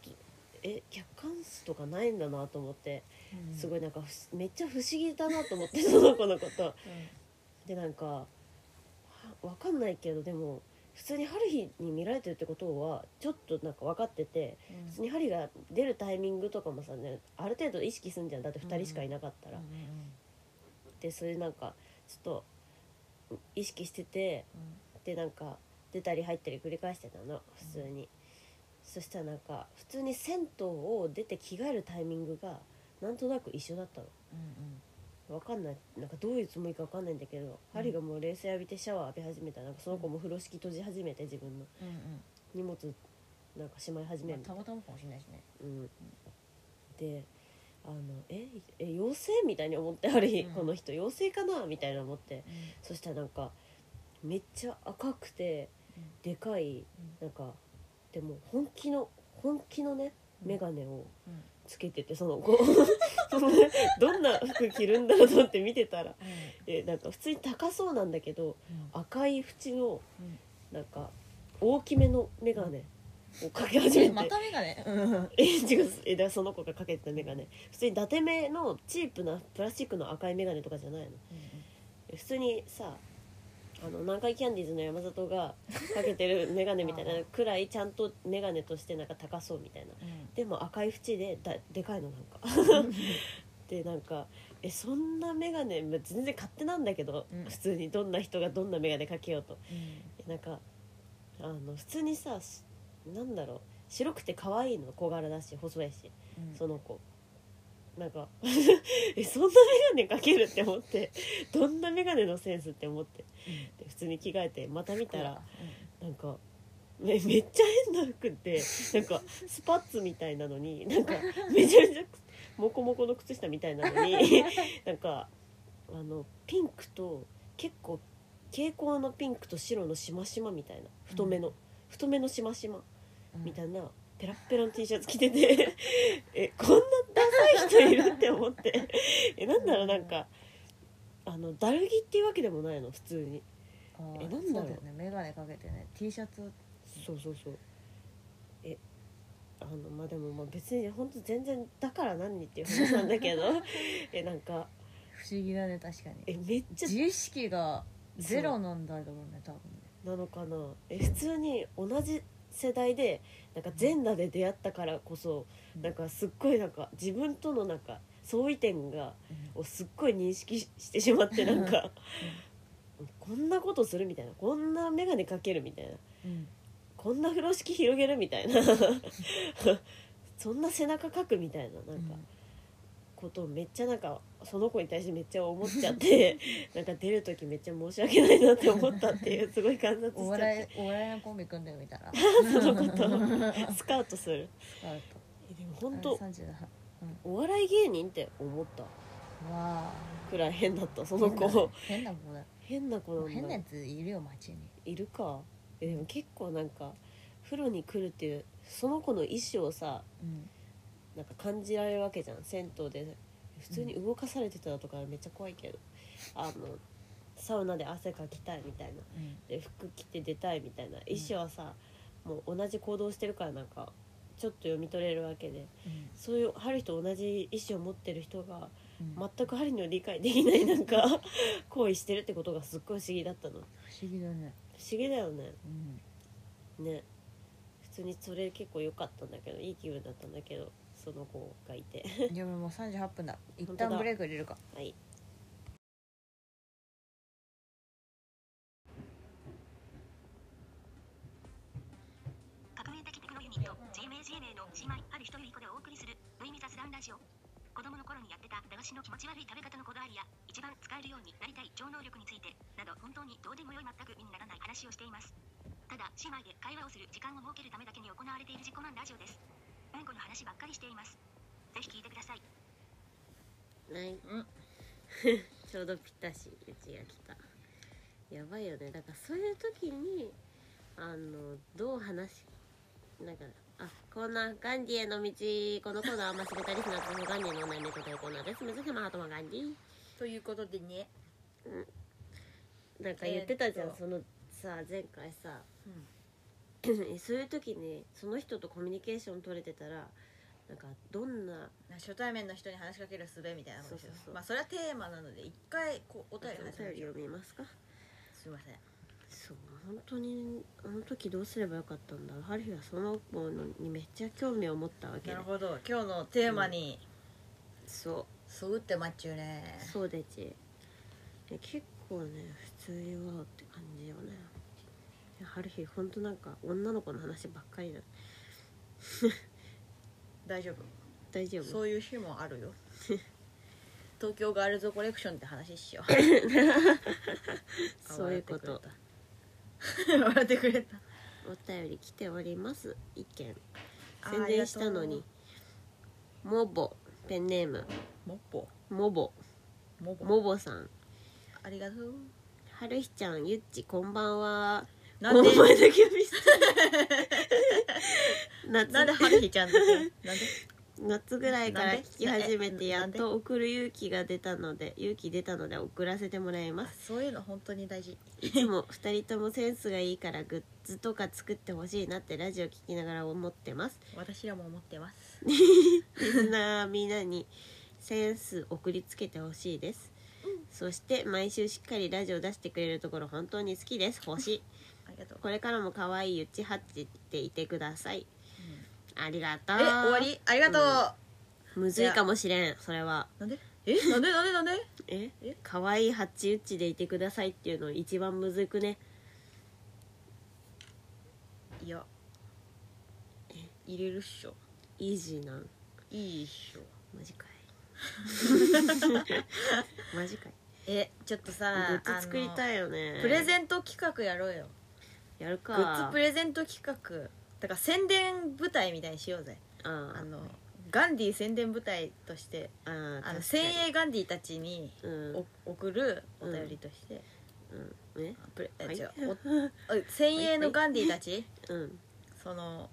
C: え客観視とかないんだなと思って
D: うん
C: すごいなんかふしめっちゃ不思議だなと思って その子のこと
D: うん
C: でなんかはわかんないけどでも不普通にハリーに見られてるってことはちょっとなんか分かってて普通にハリーが出るタイミングとかもさ、ね、ある程度意識すんじゃんだって2人しかいなかったら。でそういうなんかちょっと意識しててでなんか出たり入ったり繰り返してたの普通に、そしたらなんか普通に銭湯を出て着替えるタイミングがなんとなく一緒だったのわかんないなんかどういうつもりかわかんないんだけど、ハリーがもう冷静浴びてシャワー浴び始めたらなんかその子も風呂敷閉じ始めて自分の荷物なんかしまい始めるの、
D: たまたまかもしれないしね
C: うん、であのええ妖精みたいに思ってある日、
D: うん
C: この人妖精かなみたいな思ってそしたらなんかめっちゃ赤くてでかいなんかでも本気の本気のね眼鏡をつけててその子 どんな服着るんだろうと思って見てたらでなんか普通に高そうなんだけど赤い縁のなんか大きめの眼鏡をかけ始めて
D: また目がね
C: え違うえだからその子がかけてた眼鏡普通に伊達目のチープなプラスチックの赤い眼鏡とかじゃないの普通にさあの南海キャンディーズの山里がかけ てる眼鏡みたいなくらいちゃんと眼鏡としてなんか高そうみたいなでも赤い縁でだでかいのなんか でなんかえそんな眼鏡ま全然勝手なんだけど、
D: うん
C: 普通にどんな人がどんな眼鏡かけようとえなんかあの普通にさしなんだろう白くて可愛いの小柄だし細いしその子なんか えそんな眼鏡かけるって思ってどんな眼鏡のセンスって思ってで普通に着替えてまた見たらなんかめめっちゃ変な服ってなんかスパッツみたいなのになんかめちゃめちゃモコモコの靴下みたいなのになんかあのピンクと結構蛍光のピンクと白のしましまみたいな太めの、太めのしましまみたいなペラッペラの T シャツ着てて えこんなダサい人いるって思って えなんだろうなんかあのだるぎっていうわけでもないの普通に
D: えなんだろうね眼鏡かけてね T シャツ
C: そうそうそうえあのまあでもまあ別に本当全然だから何っていう話なんだけ どえなんか
D: 不思議だね確かに
C: えめっちゃ
D: 自意識がゼロなんだろうね多分
C: なのかなえ普通に同じ世代でなんか全裸で出会ったからこそなんかすっごいなんか自分とのなんか相違点がをすっごい認識ししてしまってなんか こんなことするみたいなこんな眼鏡かけるみたいな
D: うん
C: こんな風呂敷広げるみたいな そんな背中かくみたいななんかことをめっちゃなんかその子に対してめっちゃ思っちゃってなんか出る時めっちゃ申し訳ないなって思ったっていうすごい観察し
D: お
C: ちゃっ
D: 笑
C: て
D: いお笑いのコンビ組んでみた ら
C: そのこ とをスカウトする
D: ある
C: えでも
D: と
C: 本当
D: 三十だ
C: お笑い芸人って思った
D: わあ
C: くらい変だったその子
D: 変な子だ
C: 変な子なんだ
D: 変なやついるよ街に
C: いるかえでも結構なんか風呂に来るっていうその子の意思をさ
D: うん
C: なんか感じられるわけじゃん銭湯で普通に動かされてたとかめっちゃ怖いけど、あのサウナで汗かきたいみたいな
D: うん
C: で服着て出たいみたいな意思はさ、もう同じ行動してるからなんかちょっと読み取れるわけで
D: うん
C: そういうハリと同じ意思を持ってる人が
D: うん不
C: 全くハリの理解できないなんか行為してるってことがすっごい不思議だったの不
D: 思議だね
C: 思議だよね
D: うん
C: ね普通にそれ結構良かったんだけどいい気分だったんだけどその子がいて
D: でももう38分だ一
C: 本当だ
D: 旦ブレイク入れるか
C: はい
E: 革命的テクノユニット GMAGMA の姉妹ある一人いい子でお送りする無意味雑談ラジオ子供の頃にやってた駄菓子の気持ち悪い食べ方のこだわりや一番使えるようになりたい超能力についてなど本当にどうでもよい全く身にならない話をしていますただ姉妹で会話をする時間を設けるためだけに行われている自己満ラジオですうんこの話ばっかりしていますぜひ聞いてください
C: はい、 ちょうどぴったしうちが来たやばいよねだからそういう時にあのどう話しなんかあこんなガンディへの道このコーナーはマシベタリスナーとガンディのお悩み答えるコーナーです皆様ハートマンガンディ
D: ということでね
C: なんか言ってたじゃん、
D: えーっと
C: そのさ前回さ、
D: うん
C: そういう時にその人とコミュニケーション取れてたらなんかどんな
D: 初対面の人に話しかける術みたいなことですよ
C: そうそうそう
D: まあそれはテーマなので一回こうお
C: お便
D: 便り始めま
C: り
D: しょう
C: 読みますか
D: すいません
C: すそう本当にあの時どうすればよかったんだハリーはその子のにめっちゃ興味を持ったわけで
B: なるほど今日のテーマに
C: そ
B: そう打ってまっちゅうね
C: うそうでちね結構ね普通にわーって感じよねハリー本当なんか女の子の話ばっかりだ
B: 大丈
C: 大丈
B: 夫
C: 夫
B: そういう日もある よ東京ガールズコレクションって話しよう
C: そういうこと
B: 笑ってくれた
C: お便り来ております意見
B: あー
C: 宣伝したの
B: あり
C: にモボペンネーム
B: もっぽ
C: モボ
B: もっぽ
C: モボさん
B: ありがとう
C: はるひちゃんゆっちこんばんは
B: なんで
C: お前だけ見せた
B: なんで
C: 夏
B: ハルヒちゃんだけ なんで
C: 夏ぐらいから聞き始めてや
B: な
C: っ
B: んで
C: と送る勇気が出たので勇気出たので送らせてもらい
B: あ
C: ます
B: そういうの本当に大事
C: いつも2人ともセンスがいいからグッズとか作ってほしいなってラジオ聞きながら思ってます
B: 私らも思ってます
C: リスナーみん なにセンス送りつけてほしいです、そして毎週しっかりラジオ出してくれるところ本当に好きです星
B: ありがとう、
C: これからも可愛いゆっちはっちっていてくださいありがとう
B: え終わりありがとう、
C: むずいかもしれんそれは
B: なんでえ なんでなんでなんで
C: え
B: え
C: 可愛いハッチウッチでいてくださいっていうの一番むずくね
B: いや入れるっしょ
C: イージーなん
B: いいっしょ
C: マジかい マジかい
B: えちょっとさ
C: グッズ作り
B: い
C: たいよね
B: プレゼント企画やろうよ
C: やる
B: グ
C: か
B: ッズプレゼント企画だから宣伝舞台みたいにしようぜ
C: あ
B: あのガンディ宣伝舞台として
C: ああ
B: あの
C: 確かに
B: 先鋭ガンディたちに
C: うん
B: お送るお便りとして、
C: うんね
B: あプレえ
C: はい
B: 違う おお先鋭のガンディたち
C: うん
B: その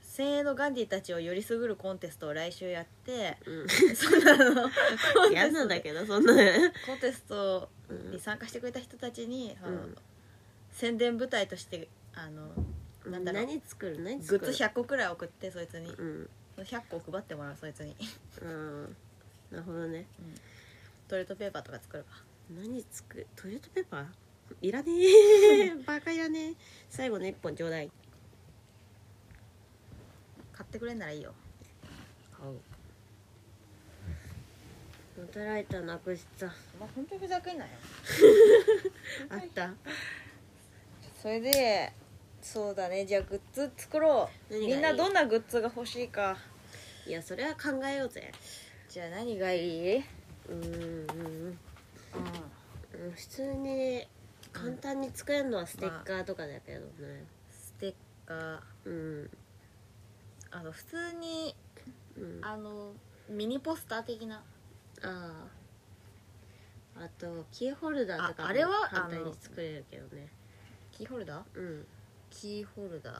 B: 先鋭のガンディたちをよりすぐるコンテストを来週やって
C: うん
B: そんなの
C: 嫌なんだけどそんな
B: コンテスト
C: うん
B: に参加してくれた人たちに、あの
C: うん
B: 宣伝舞台としてあのなんだろう
C: 何作る何
B: グ
C: 作る
B: ッズ100個くらい送ってそいつに
C: うん
B: 100個配ってもらうそいつに
C: うんなるほどね
B: トイレットペーパーとか作るか
C: 何作るトイレットペーパーいらね えバカいらねえ最後の一本ちょうだい
B: 買ってくれんならいいよ
C: 買うまたライターなくした
B: まあ本当にふざけんなよ
C: あった
B: それでそうだねじゃあグッズ作ろう
C: 何がいい
B: みんなどんなグッズが欲しいか
C: いやそれは考えようぜ
B: じゃあ何がいい、うん、
C: うーんうん普通に簡単に作れるのはステッカーとかだけどね
B: ステッカー
C: うん
B: あの普通に
C: うん
B: あのミニポスター的な
C: あああとキーホルダーとか
B: ああれは
C: 簡
B: あ
C: 単
B: の
C: に作れるけどね
B: キーホルダー
C: うん
B: キーホルダ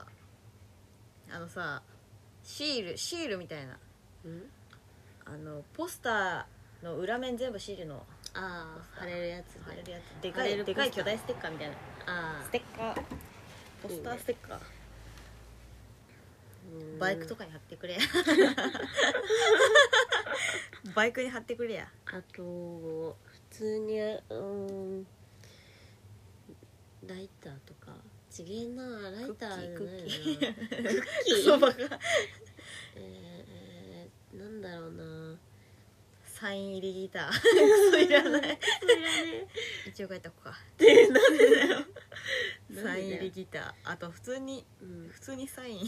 B: ーあのさシールシールみたいな
C: うん
B: あのポスターの裏面全部シールの
C: あ
B: ポ
C: あ
B: ス
C: 貼
B: ター
C: れるやつ
B: 貼れ
C: ね
B: るやつでか
C: 貼れ
B: い
C: る
B: でかい
C: ポスタ
B: 巨
C: ー
B: 大ステッカーみたいな
C: ああ
B: ステッカーポスターステッカーバイクと
C: か
B: かに貼ってくれバイクに貼ってくれや
C: あと普通にうんライターとかちげえなライター
B: ク
C: じゃ
B: ッ
C: ない
B: キ
C: な
B: ー
C: キー
B: クソバカ
C: えーえーなんだろうな
B: サイン入りギタークソいらない一応書いとこか
C: なんでだよ
B: サイン入りギターあと普通に
C: うん
B: 普通にサイン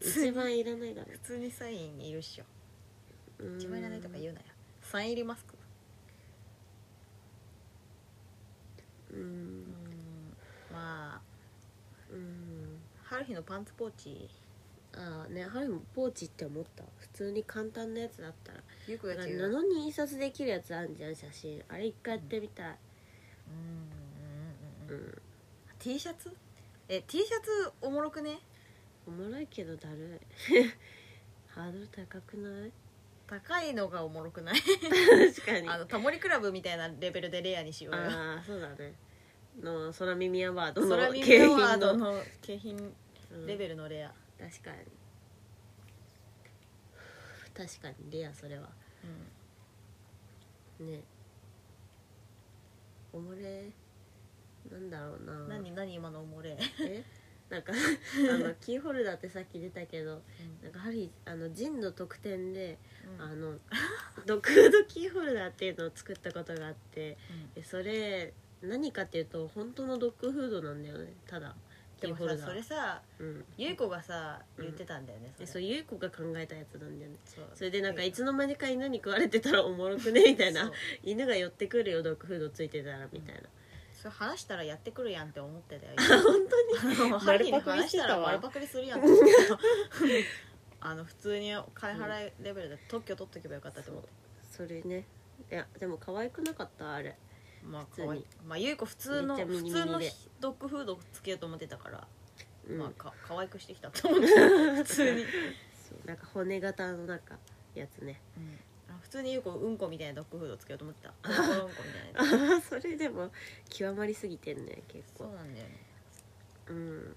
B: 普通
C: 一
B: に
C: 番いらないだろ
B: 普通にサインいるっしょ
C: うん
B: 一番いらないとか言うなよサイン入りマスク
C: うん
B: うんまあ
C: うん
B: 春日のパンツポーチ
C: ああねハリもポーチって思った普通に簡単なやつだったら
B: ゆうこが違う
C: 布に印刷できるやつあんじゃん写真あれ一回やってみたい、
B: うんうんうん
C: う
B: うん
C: ん、
B: T シャツえ T シャツおもろくね
C: おもろいけどだるい ハードル高くない
B: 高いのがおもろくない
C: 確かに
B: あのタモリクラブみたいなレベルでレアにしようよ
C: ああそうだねの空耳アワ ードの
B: 空耳
C: 景
B: アワ
C: 品
B: ード
C: の
B: の景品レベルのレア、
C: うん確かに確かにレアそれはねおもれなんなんだろうな
B: 何何今のおもれ
C: えなんかあのキーホルダーってさっき出たけどなんかハリーあのジンの特典で
B: うん
C: あの ドクードキーホルダーっていうのを作ったことがあってでそれ何かっていうと本当のドッグフードなんだよねただキ
B: で
C: ー
B: も
C: ホル
B: さ
C: ダ
B: それ
C: ー
B: さ
C: うん
B: ゆい子がさ
C: うん
B: 言ってたんだよね
C: え
B: そ
C: そう
B: れ
C: ゆい子が考えたやつなんだよね
B: そう
C: それでなんかい
B: み
C: つの間にか犬に食われてたらおもろくねみたいな犬が寄ってくるよドッグフードついてたらみたいな
B: それ話したらやってくるやんって思ってた よ本 当にハリーに話したら丸
C: 丸
B: パ
C: パ
B: クリするやん あの普通に金払いレベルで特許取っとけばよかったと思って
C: それねいやでも可愛くなかったあれ
B: まあ
C: 普通に
B: 可愛いまあゆい子普通の
C: めっちゃ
B: 普
C: ミニミニで
B: 通のドッグフードつけようと思ってたから、
C: うん、
B: まあか可愛くしてきたと思 って普通に、
C: そうなんか骨型のなんかやつね
B: あ普通にゆい子うんこみたいなドッグフードつけようと思ってたうんこみたいな
C: それでも極まりすぎてんね 結
B: そう
C: 構
B: なんだよね
C: うん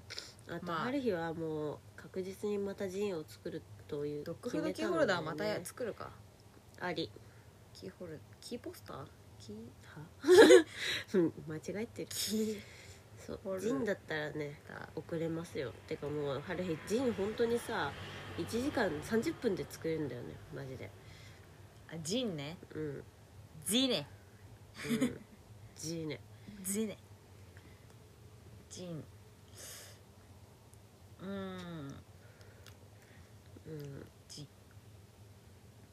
C: あと、
B: まあ
C: あ、る日はもう確実にまたジンを作るという
B: ドッグフードキーホルダーまた作るか
C: あり
B: キーホルキーポスターキー
C: はうん間違えてるそ
B: ホル
C: うジンだったらね
B: だ
C: 遅れますよてかもう春日ジン本当にさ1時間30分で作れるんだよねマジで
B: あジンね
C: うん、うん、
B: ジネ
C: ジーね
B: ジネジンうーん
C: うん
B: ジ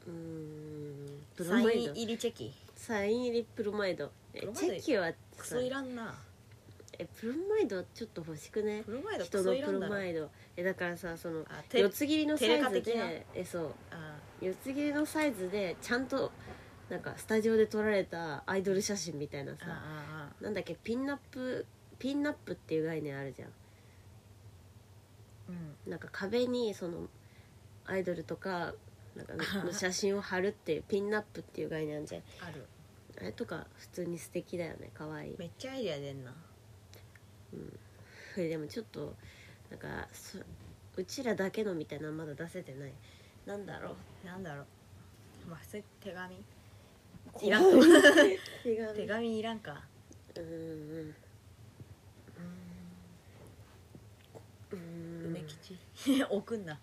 C: うーんプロ
B: サ
C: マ
B: イ
C: イ
B: ン
C: ド
B: 入りチェキ
C: サイン入りプロマイドえ
B: プロマイ
C: チ
B: ド
C: ェキは
B: ク
C: さ
B: ソいらんな
C: えプロマイドちょっと欲しくね
B: プロマイドク
C: 人
B: ソ
C: の
B: いら
C: プ
B: ん
C: ロ
B: だろ
C: マイドえだからさその
B: あて
C: 四つ切りのサイズ
B: テレカ的
C: でえそう
B: あ
C: 四つ切りのサイズでちゃんとなんかスタジオで撮られたアイドル写真みたいな
B: あ
C: さ
B: ああ
C: なんだっけピンナップピンナップっていう概念あるじゃん
B: うん
C: なんか壁にそのアイドルとかなんかの写真を貼るっていうピンナップっていう概念あるじゃん
B: ある
C: あれとか普通に素敵だよね可愛い
B: めっちゃアイデア出んな
C: でもちょっとなんかそうちらだけのみたいなのまだ出せてないなんだろ
B: なんだろうまあ普通に手紙
C: う
B: いらん
C: 手紙
B: 手紙いらんか
C: うんうんうーん
B: 梅 吉送んな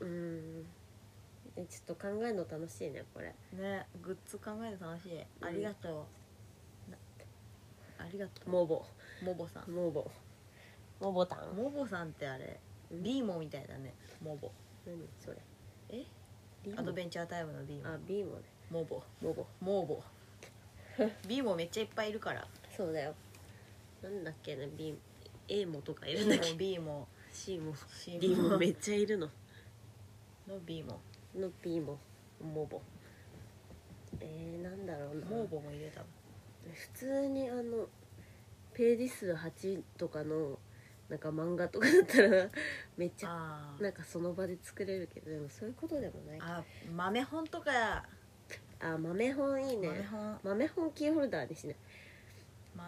C: うーんえちょっと考えるの楽しいねこれ
B: ねグッズ考えるの楽しい
C: ん
B: ありがとうなありがとう
C: モボ
B: モボさん
C: モボモボタン
B: モボさんってあれ
C: うん
B: ビーモみたいだねモボ
C: 何それ
B: え
C: ビーモ
B: アドベンチャータイムのビーモ
C: あビーモね
B: モボ
C: モボ
B: モー ボビーモめっちゃいっぱいいるから
C: そうだよなんだっけねビーモ A もとかい
B: ビ
C: るんだっ
B: ーモ
C: け
B: ビーモ
C: C も
B: シー
C: D
B: モ
C: もめっちゃいるの
B: のビーモ
C: の B もモボえー、なんだろうな
B: モーボも入れた
C: 普通にあのページ数8とかのなんか漫画とかだったら めっちゃ
B: あー
C: なんかその場で作れるけどでもそういうことでもない
B: あ豆本とか
C: あ豆本いいね
B: 豆本
C: 豆本キーホルダーにしない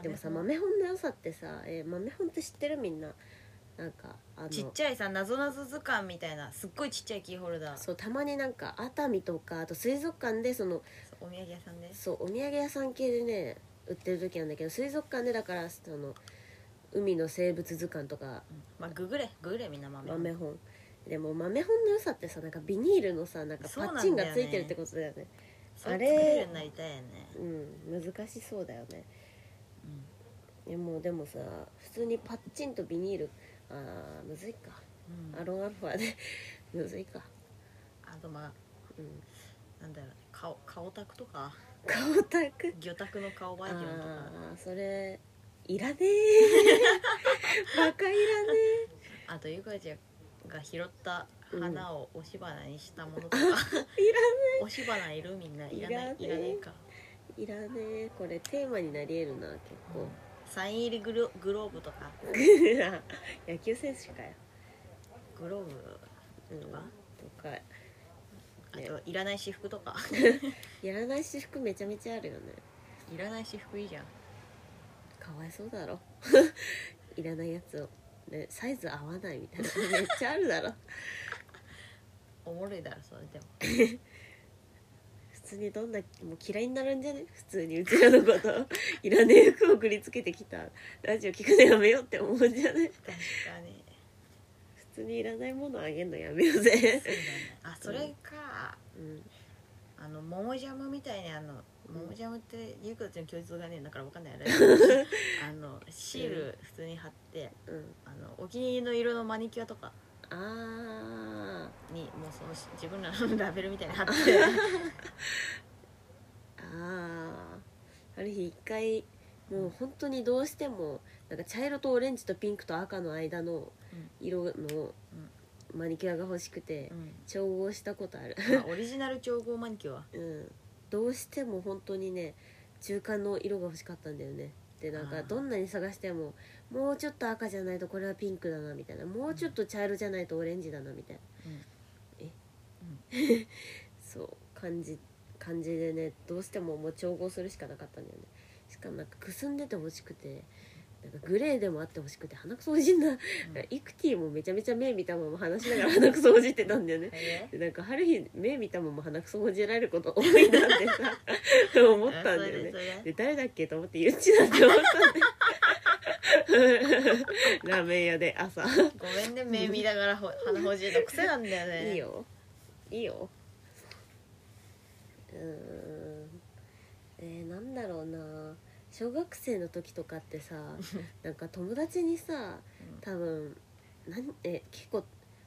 C: でもさ豆本の良さってさ、えー豆本って知ってるみんななんかあの
B: ちっちゃいさなぞなぞ図鑑みたいなすっごいちっちゃいキーホルダー
C: そうたまになんか熱海とかあと水族館でその
B: お土産屋さんです
C: そうお土産屋さん系でね売ってる時なんだけど水族館でだからその海の生物図鑑とか
B: まあググれググれみんな豆
C: 豆本でも豆本の良さってさなんかビニールのさなんかパッチンがついてるってことだよね
B: そう
C: あ
B: 作
C: れ
B: れるようになりたいよね
C: うん難しそうだよね
B: うん
C: いやもうでもさ普通にパッチンとビニールあーむずいか
B: うん
C: アロンアルファで むずいか
B: あとまあ
C: うん
B: なんだろう顔顔タクとか
C: 顔タク
B: 魚タクの顔バージョンとか
C: ああそれいらねえ バカいらね
B: あとゆかちゃんが拾った花を押し花にしたものとか、
C: えいらね
B: 押し花いるみんないらないい
C: い
B: ら
C: ら
B: な
C: ね
B: いか
C: えいらねえこれテーマになりえるな結 構
B: サイン入りグログローブとか
C: 野球選手かよ、
B: グローブ
C: うん、
B: と
C: と
B: か
C: か
B: あ
C: ね
B: といらない私服とか
C: いらない私服めちゃめちゃあるよね
B: いらない私服いいじゃん
C: かわいそうだろ いらないやつを、ね、サイズ合わないみたいなめっちゃあるだろ
B: おもろいだろそれでも
C: 普通にどんなもう嫌いになるんじゃね普通にうちらのこといらねえ服送りつけてきたラジオ聞くのやめようって思うんじゃね
B: 確かに
C: 普通にいらないものあげんのやめようぜ、
B: そうだねあそれか、
C: うん、
B: あの桃ジャムみたいにあの桃ジャムってゆうこちゃん共通がねえんだからわかんないあ れあのシール普通に貼って
C: うん、
B: あのお気に入りの色のマニキュアとか
C: あー
B: にもうその自分らのラベルみたいに貼って
C: あーある日一回もう本当にどうしてもなんか茶色とオレンジとピンクと赤の間の色のマニキュアが欲しくて
B: うん
C: 調合したことある、
B: あオリジナル調合マニキュア
C: うん、どうしても本当にね中間の色が欲しかったんだよねでなん
B: あ
C: か
B: ー
C: どんなに探してももうちょっと赤じゃないとこれはピンクだなみたいなもうちょっと茶色じゃないとオレンジだなみたいな、え、そう感じ感じでねどうしてももう調合するしかなかったんだよねしかもなんかくすんでて欲しくてなんかグレーでもあって欲しくて鼻くそおじんな、イクティもめちゃめちゃ目見たまま話しながら 鼻くそおじってたんだよね
B: え
C: でなんかある日目見たまま鼻くそほじられること多いなってさ思ったんだよね
B: それそれ
C: で誰だっけと思ってゆっちだって思ったんだよ ラーメン屋で朝
B: ごめんね目見ながらほ鼻ほじるの癖なんだよね
C: いいよいいようーんえー、なんだろうな小学生の時とかって さなんか友達にさ多分なんえ結構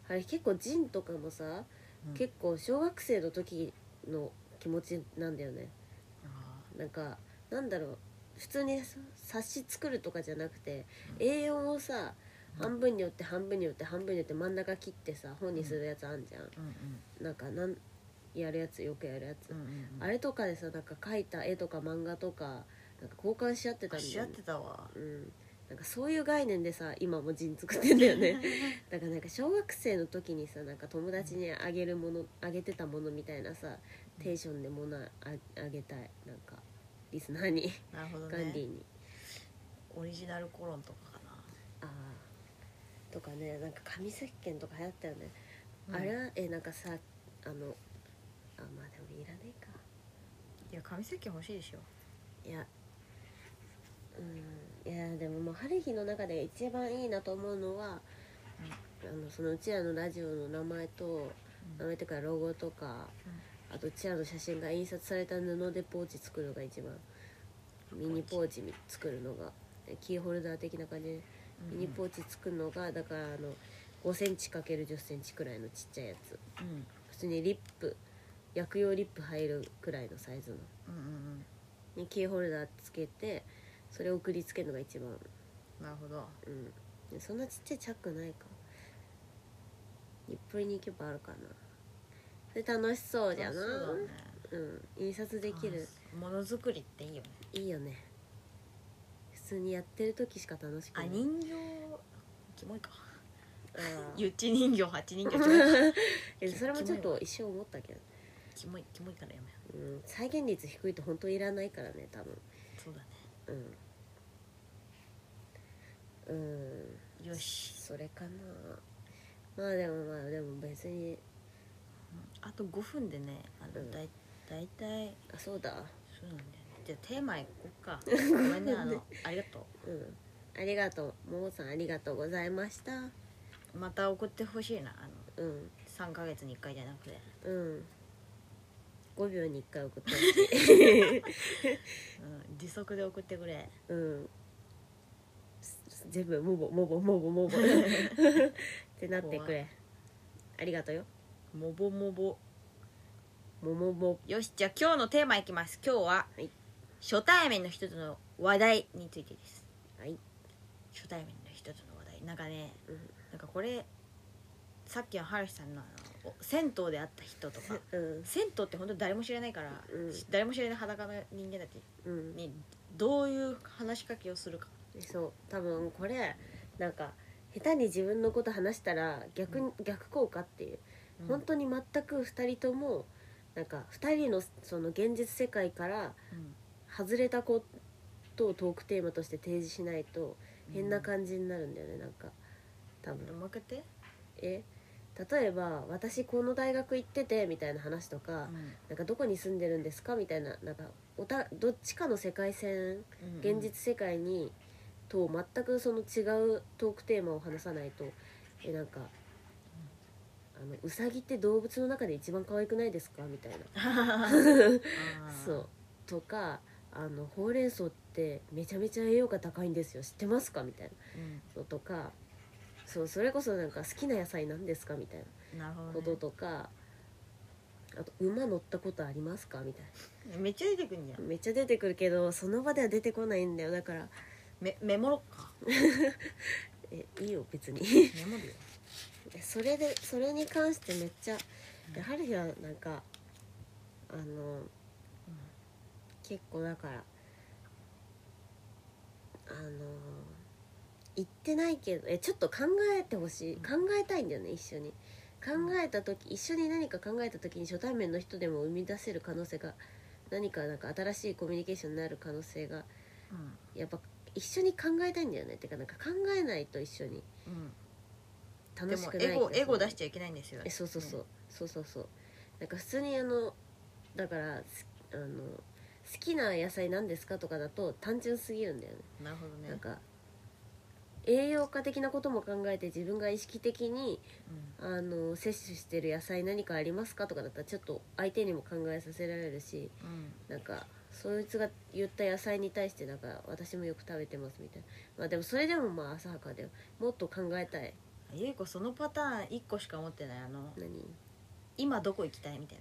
C: あれ結構ジンとかもさ、
B: うん
C: 結構小学生の時の気持ちなんだよね
B: あ
C: なんかなんだろう普通にさ冊子作るとかじゃなくて A4 をさ
B: うん
C: 半分に折って半分に折って半分に折って真ん中切ってさ本にするやつあんじゃん
B: ーうん
C: なんかなんやるやつよくやるやつ、
B: うんうんうんうん
C: あれとかでさなんか描いた絵とか漫画とかなんか交換し合ってた
B: あ
C: んだ
B: し合
C: よ
B: っ
C: ね
B: てたわ
C: うん、なんかそういう概念でさ今も陣作ってんだよ ねだからなんか小学生の時にさなんか友達にあげるものあげてたものみたいなさテンションでものああげたいなんかリスナーに
B: なるほど
C: ガンディー
B: ね
C: に
B: オリジナルコロンとかか
C: ああとかねなんか紙石鹸とか流行ったよね、
B: な
C: あれ
B: うん
C: はえなんかさあのあまあでもいらないか
B: いや紙石鹸欲しいでしょ
C: いやうんいやでももう春日の中で一番いいなと思うのは、あのそのうちらのラジオの名前と名前とかロゴとか、あとうちらの写真が印刷された布でポーチ作るのが一番ミニポーチみ作るのがえキーホルダー的な感じでミニポーチ作るのがだからあの5センチ ×10 センチくらいのちっちゃいやつ
B: うんうん
C: 普通にリップ薬用リップ入るくらいのサイズの
B: うんうん
C: にキーホルダーつけてそれを送りつけるのが一番
B: うんなるほど
C: うんでそんなちっちゃいチャックないか日暮里に行けばあるかなそれ楽しそうじゃな
B: あそうだね
C: うん印刷できる
B: あものづくりっていいよね
C: いいよね普通にやってる時しか楽しく
B: あ
C: ない
B: 人形キモいか
C: あー
B: ゆっち人形八人形 キモい
C: えそれもちょっと一瞬思ったけど、
B: キモいキモいからやめよ
C: うん、再現率低いと本当いらないからね多分
B: うそうだね
C: うんうん
B: よし
C: それかなまあでもまあでも別に
B: あと5分でねあ
C: う
B: の
C: ん
B: だいだいたい
C: あそうだ
B: そうなんだよねじゃあテーマいこ うかごめんねあのありがと
C: うんありがとうももさんありがとうございました
B: うまた送ってほしいなあ
C: う
B: の
C: ん
B: 3ヶ月に1回じゃなくて
C: うん5秒に1回送ってほ しい
B: うん時速で送ってくれ
C: うん全部もぼもぼもぼもぼってなってくれありがとうよ
B: もぼもぼ
C: ももぼ
B: よしじゃあ今日のテーマいきます今日は、
C: はい
B: 初対面の人との話題についてです
C: はい
B: 初対面の人との話題なんかね、
C: うん
B: なんかこれさっきの春日さんのあのお銭湯で会った人とか
C: うん
B: 銭湯って本当に誰も知らないから、
C: うん
B: 誰も知らない裸の人間だって
C: うん
B: にどういう話しかけをするか
C: そう多分これなんか下手に自分のこと話したら逆,、に逆効果っていう、本当に全く2人ともなんか2人のその現実世界から
B: うん
C: 外れたことをトークテーマとして提示しないと変な感じになるんだよね、なんか多
B: うん
C: 分
B: もう一回言って
C: え例えば私この大学行っててみたいな話とか、なんかどこに住んでるんですかみたいななんかおたどっちかの世界線
B: うん
C: 現実世界にと全くその違うトークテーマを話さないとえなんかあの「うさぎって動物の中で一番可愛くないですか?」みたいなそうとかあの「ほうれん草ってめちゃめちゃ栄養価高いんですよ知ってますか?」みたいな
B: うん、
C: のとかそうそれこそなんか「好きな野菜なんですか?」みたいな
B: なるほど、ね、
C: こととか。あと馬乗ったことありますかみたい
B: めっちゃ出てくんじゃん
C: なめっちゃ出てくるけどその場では出てこないんだよだから
B: メメモろっか
C: えいいよ別に
B: メモるよ
C: でそれでそれに関してめっちゃ
B: ん
C: で春日はなんかあの、結構だからあの言ってないけどえちょっと考えてほしい考えたいんだよね一緒に考えた時一緒に何か考えた時に初対面の人でも生み出せる可能性が何かなんか新しいコミュニケーションになる可能性が
B: うん
C: やっぱ一緒に考えたいんだよねってかなんか考えないと一緒に
B: うん、で
C: 楽し
B: も
C: くない
B: エゴ
C: 気がする
B: エゴ出しちゃいけないんですよ
C: えそうそうそう、そうそうそうなんか普通にあのだからすあの好きな野菜なんですかとかだと単純すぎるんだよね
B: なるほどね
C: なんか栄養価的なことも考えて自分が意識的に
B: うん
C: あの摂取してる野菜何かありますかとかだったらちょっと相手にも考えさせられるし
B: うん
C: なんかそいつが言った野菜に対してなんか私もよく食べてますみたいなまあでもそれでもまあ浅はかだよもっと考えたい
B: ゆいこそのパターン1個しか持ってないあの
C: 何
B: 今どこ行きたいみたい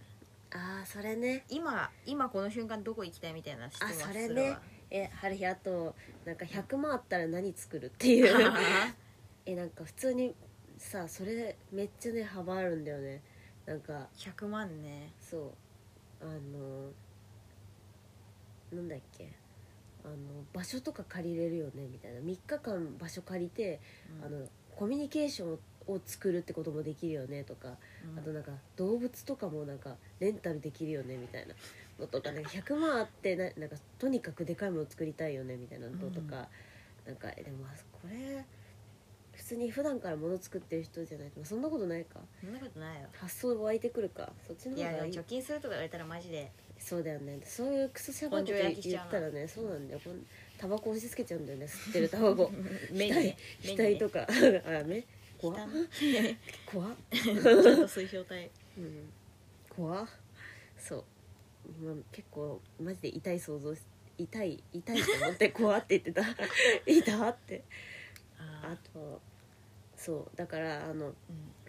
B: な
C: ああそれね
B: 今今この瞬間どこ行きたいみたいな質問
C: あ
B: するわ
C: それ ねえ春日あとなんか100万あったら何作るっていう えなんか普通にさそれめっちゃね幅あるんだよねなんか
B: 100万ね
C: そうあのなんだっけあの場所とか借りれるよねみたいな3日間場所借りて、
B: うん
C: あのコミュニケーションを作るってこともできるよねとか、
B: うん
C: あとなんか動物とかもなんかレンタルできるよねみたいなのとかなんか100万あってななんかとにかくでかいもの作りたいよねみたいなのとか、なんかえでもあこれ普通に普段からもの作ってる人じゃないとまあそんなことないか
B: そんなことないよ
C: 発想湧いてくるかそっちの
B: い
C: 方
B: や
C: がいい
B: いや貯金するとか言われたらマジで
C: そうだよねそういうクソシャバいこと
B: 根性焼きしち
C: 言
B: ゃう
C: っ
B: な
C: たらねそうなんだよこんタバコ押し付けちゃうんだよね吸ってるタ バコ
B: 目にね目
C: 額
B: にね
C: とか あ目怖っ
B: 下の
C: 怖っ
B: ちょっと水晶体
C: うん怖っそう今結構マジで痛い想像し痛い痛いと思って怖って言ってた痛って
B: あ
C: あとそうだからあの
B: うん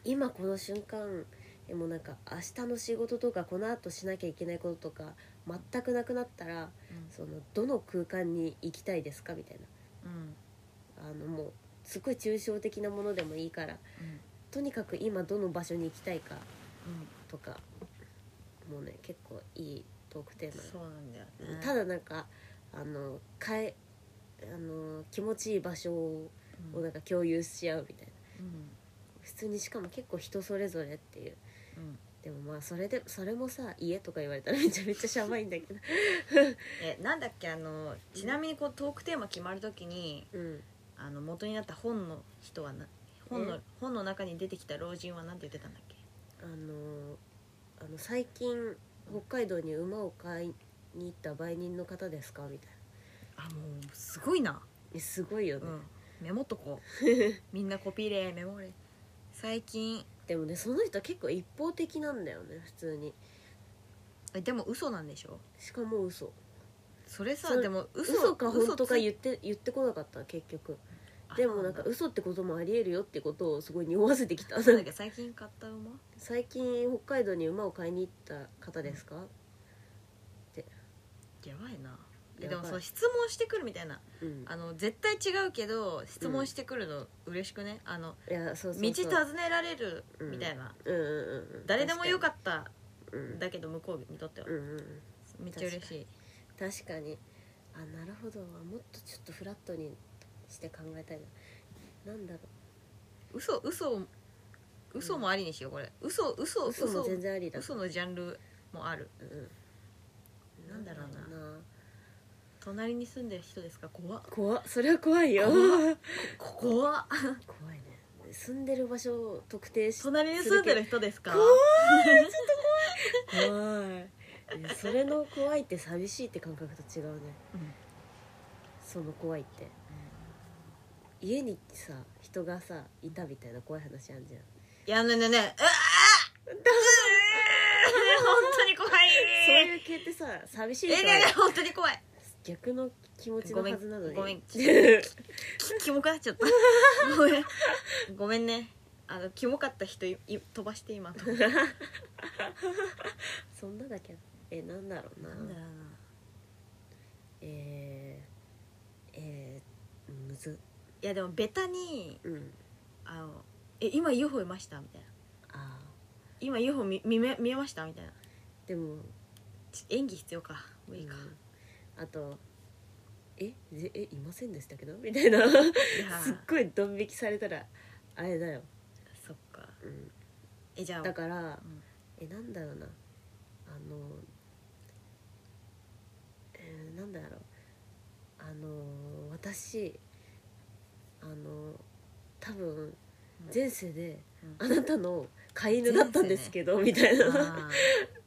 C: 今この瞬間でもなんか明日の仕事とかこの後しなきゃいけないこととか全くなくなったらそのどの空間に行きたいですかみたい
B: うん
C: なあのもうすごい抽象的なものでもいいから
B: うん
C: とにかく今どの場所に行きたいか
B: うん
C: とかもうね結構いいトークテーマ
B: そうなんだよね
C: ただなんかあのかえあの気持ちいい場所を
B: う
C: を
B: ん
C: なんか共有し合うみたいな
B: うん
C: 普通にしかも結構人それぞれっていう
B: うん
C: でもまあそれでそれもさ家とか言われたらめちゃめちゃしゃばいんだ けど
B: えなんだっけあのちなみにこうトークテーマ決まるときに
C: うん
B: あの元になった本の人はな本の本の中に出てきた老人は何て言ってたんだっけ
C: あのあの最近北海道に馬を買いに行った売人の方ですかみたいな
B: あもうすごいな
C: えすごいよね、
B: うんメモっとこう みんなコピーレメモれ最近
C: でもねその人結構一方的なんだよね普通に
B: えでも嘘なんでしょ
C: しかも嘘
B: それさ
C: それ
B: でも嘘
C: 嘘か本当か言
B: う
C: って言ってこなかった結局でもなんか嘘ってこともありえるよってことをすごい匂わせて きた
B: なんだっけ最近買った馬
C: 最近北海道に馬を買いに行った方ですか、
B: やばいな
C: やばい
B: えでもその質問してくるみたいな
C: うん、
B: あの絶対違うけど質問してくるの嬉しくね、あの
C: いやそうそうそう
B: 道尋ねられるみたいな、
C: うんうんうんうん
B: 誰でもよか
C: っ
B: った
C: たうん
B: だけど向こうにとっては、
C: うんうんうん
B: めっちゃ嬉しい
C: 確かにあなるほどもっとちょっとフラットにして考えたいななんだろ
B: 嘘嘘を嘘もありにしようこれ嘘嘘
C: う
B: 嘘
C: 嘘
B: 嘘
C: も全然ありだ
B: 嘘のジャンルもある
C: うん
B: なんだろうな
C: な
B: 隣に住んでる人ですか怖っ
C: 怖っそれは怖いよ
B: 怖っ怖っ
C: 怖いね住んでる場所を特定し
B: 隣に住んでる人ですか
C: はいねそれの怖いって寂しいって感覚と違うね、
B: うん
C: その怖いって、家にさ人がさいたみたいな怖い話あんじゃん
B: いやねねねうわー本当に怖い
C: そういう系ってさ寂しい
B: え
C: か
B: ね
C: ら
B: ねね本当に怖い
C: 逆の気持ちの
B: ごめん
C: はずなのに
B: ごめん
C: う
B: キモくなっちゃった ごめんごめんねあのキモかった人いい飛ばして今飛ばして
C: そんなだけえなんだろうな
B: なんだろうな
C: えー、えー、むず
B: いやでもベタに
C: うん
B: あのえ今 UFO いましたみたいな
C: あ
B: 今 UFO 見見め見えましたみたいな
C: ーでも
B: ち演技必要か無理か、
C: うんあとえぜえいませんでしたけどみ たいな
B: いやー
C: すっごいドン引きされたらあれだよ、
B: そっか
C: うん
B: えじゃあ
C: だから
B: うん
C: えなんだろうなあのえーなんだろうあの私あの多分
B: うん
C: 前世で
B: う
C: あなたの飼い犬だったんですけど、みたいな
B: あー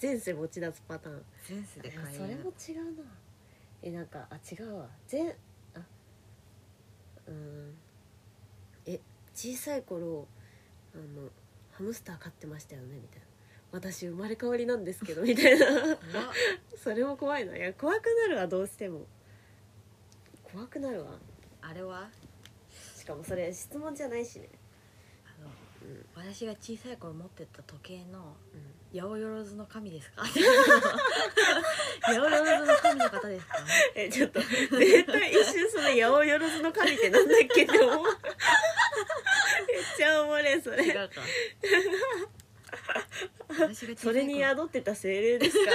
C: 前世持ち出すパターン
B: センスで
C: いや
B: 買え
C: それも
B: る
C: 違うなえなんかあ違うわ全あうんえ小さい頃あのハムスター飼ってましたよねみたいな私生まれ変わりなんです けどみたいな
B: 怖っ
C: それも怖いないや怖くなるわどうしても怖くなるわ
B: あれは
C: しかもそれ質問じゃないしね
B: あの、
C: うん
B: 私が小さい頃持ってた時計の
C: うん
B: 「八百万の神ですか? 」 八百万の神の方ですか?」
C: えちょっと絶対一瞬その「八百万の神」ってなんだっけって 思うめっちゃおもれえそれ
B: 違 うか私が小さい頃
C: それに宿ってた精霊ですか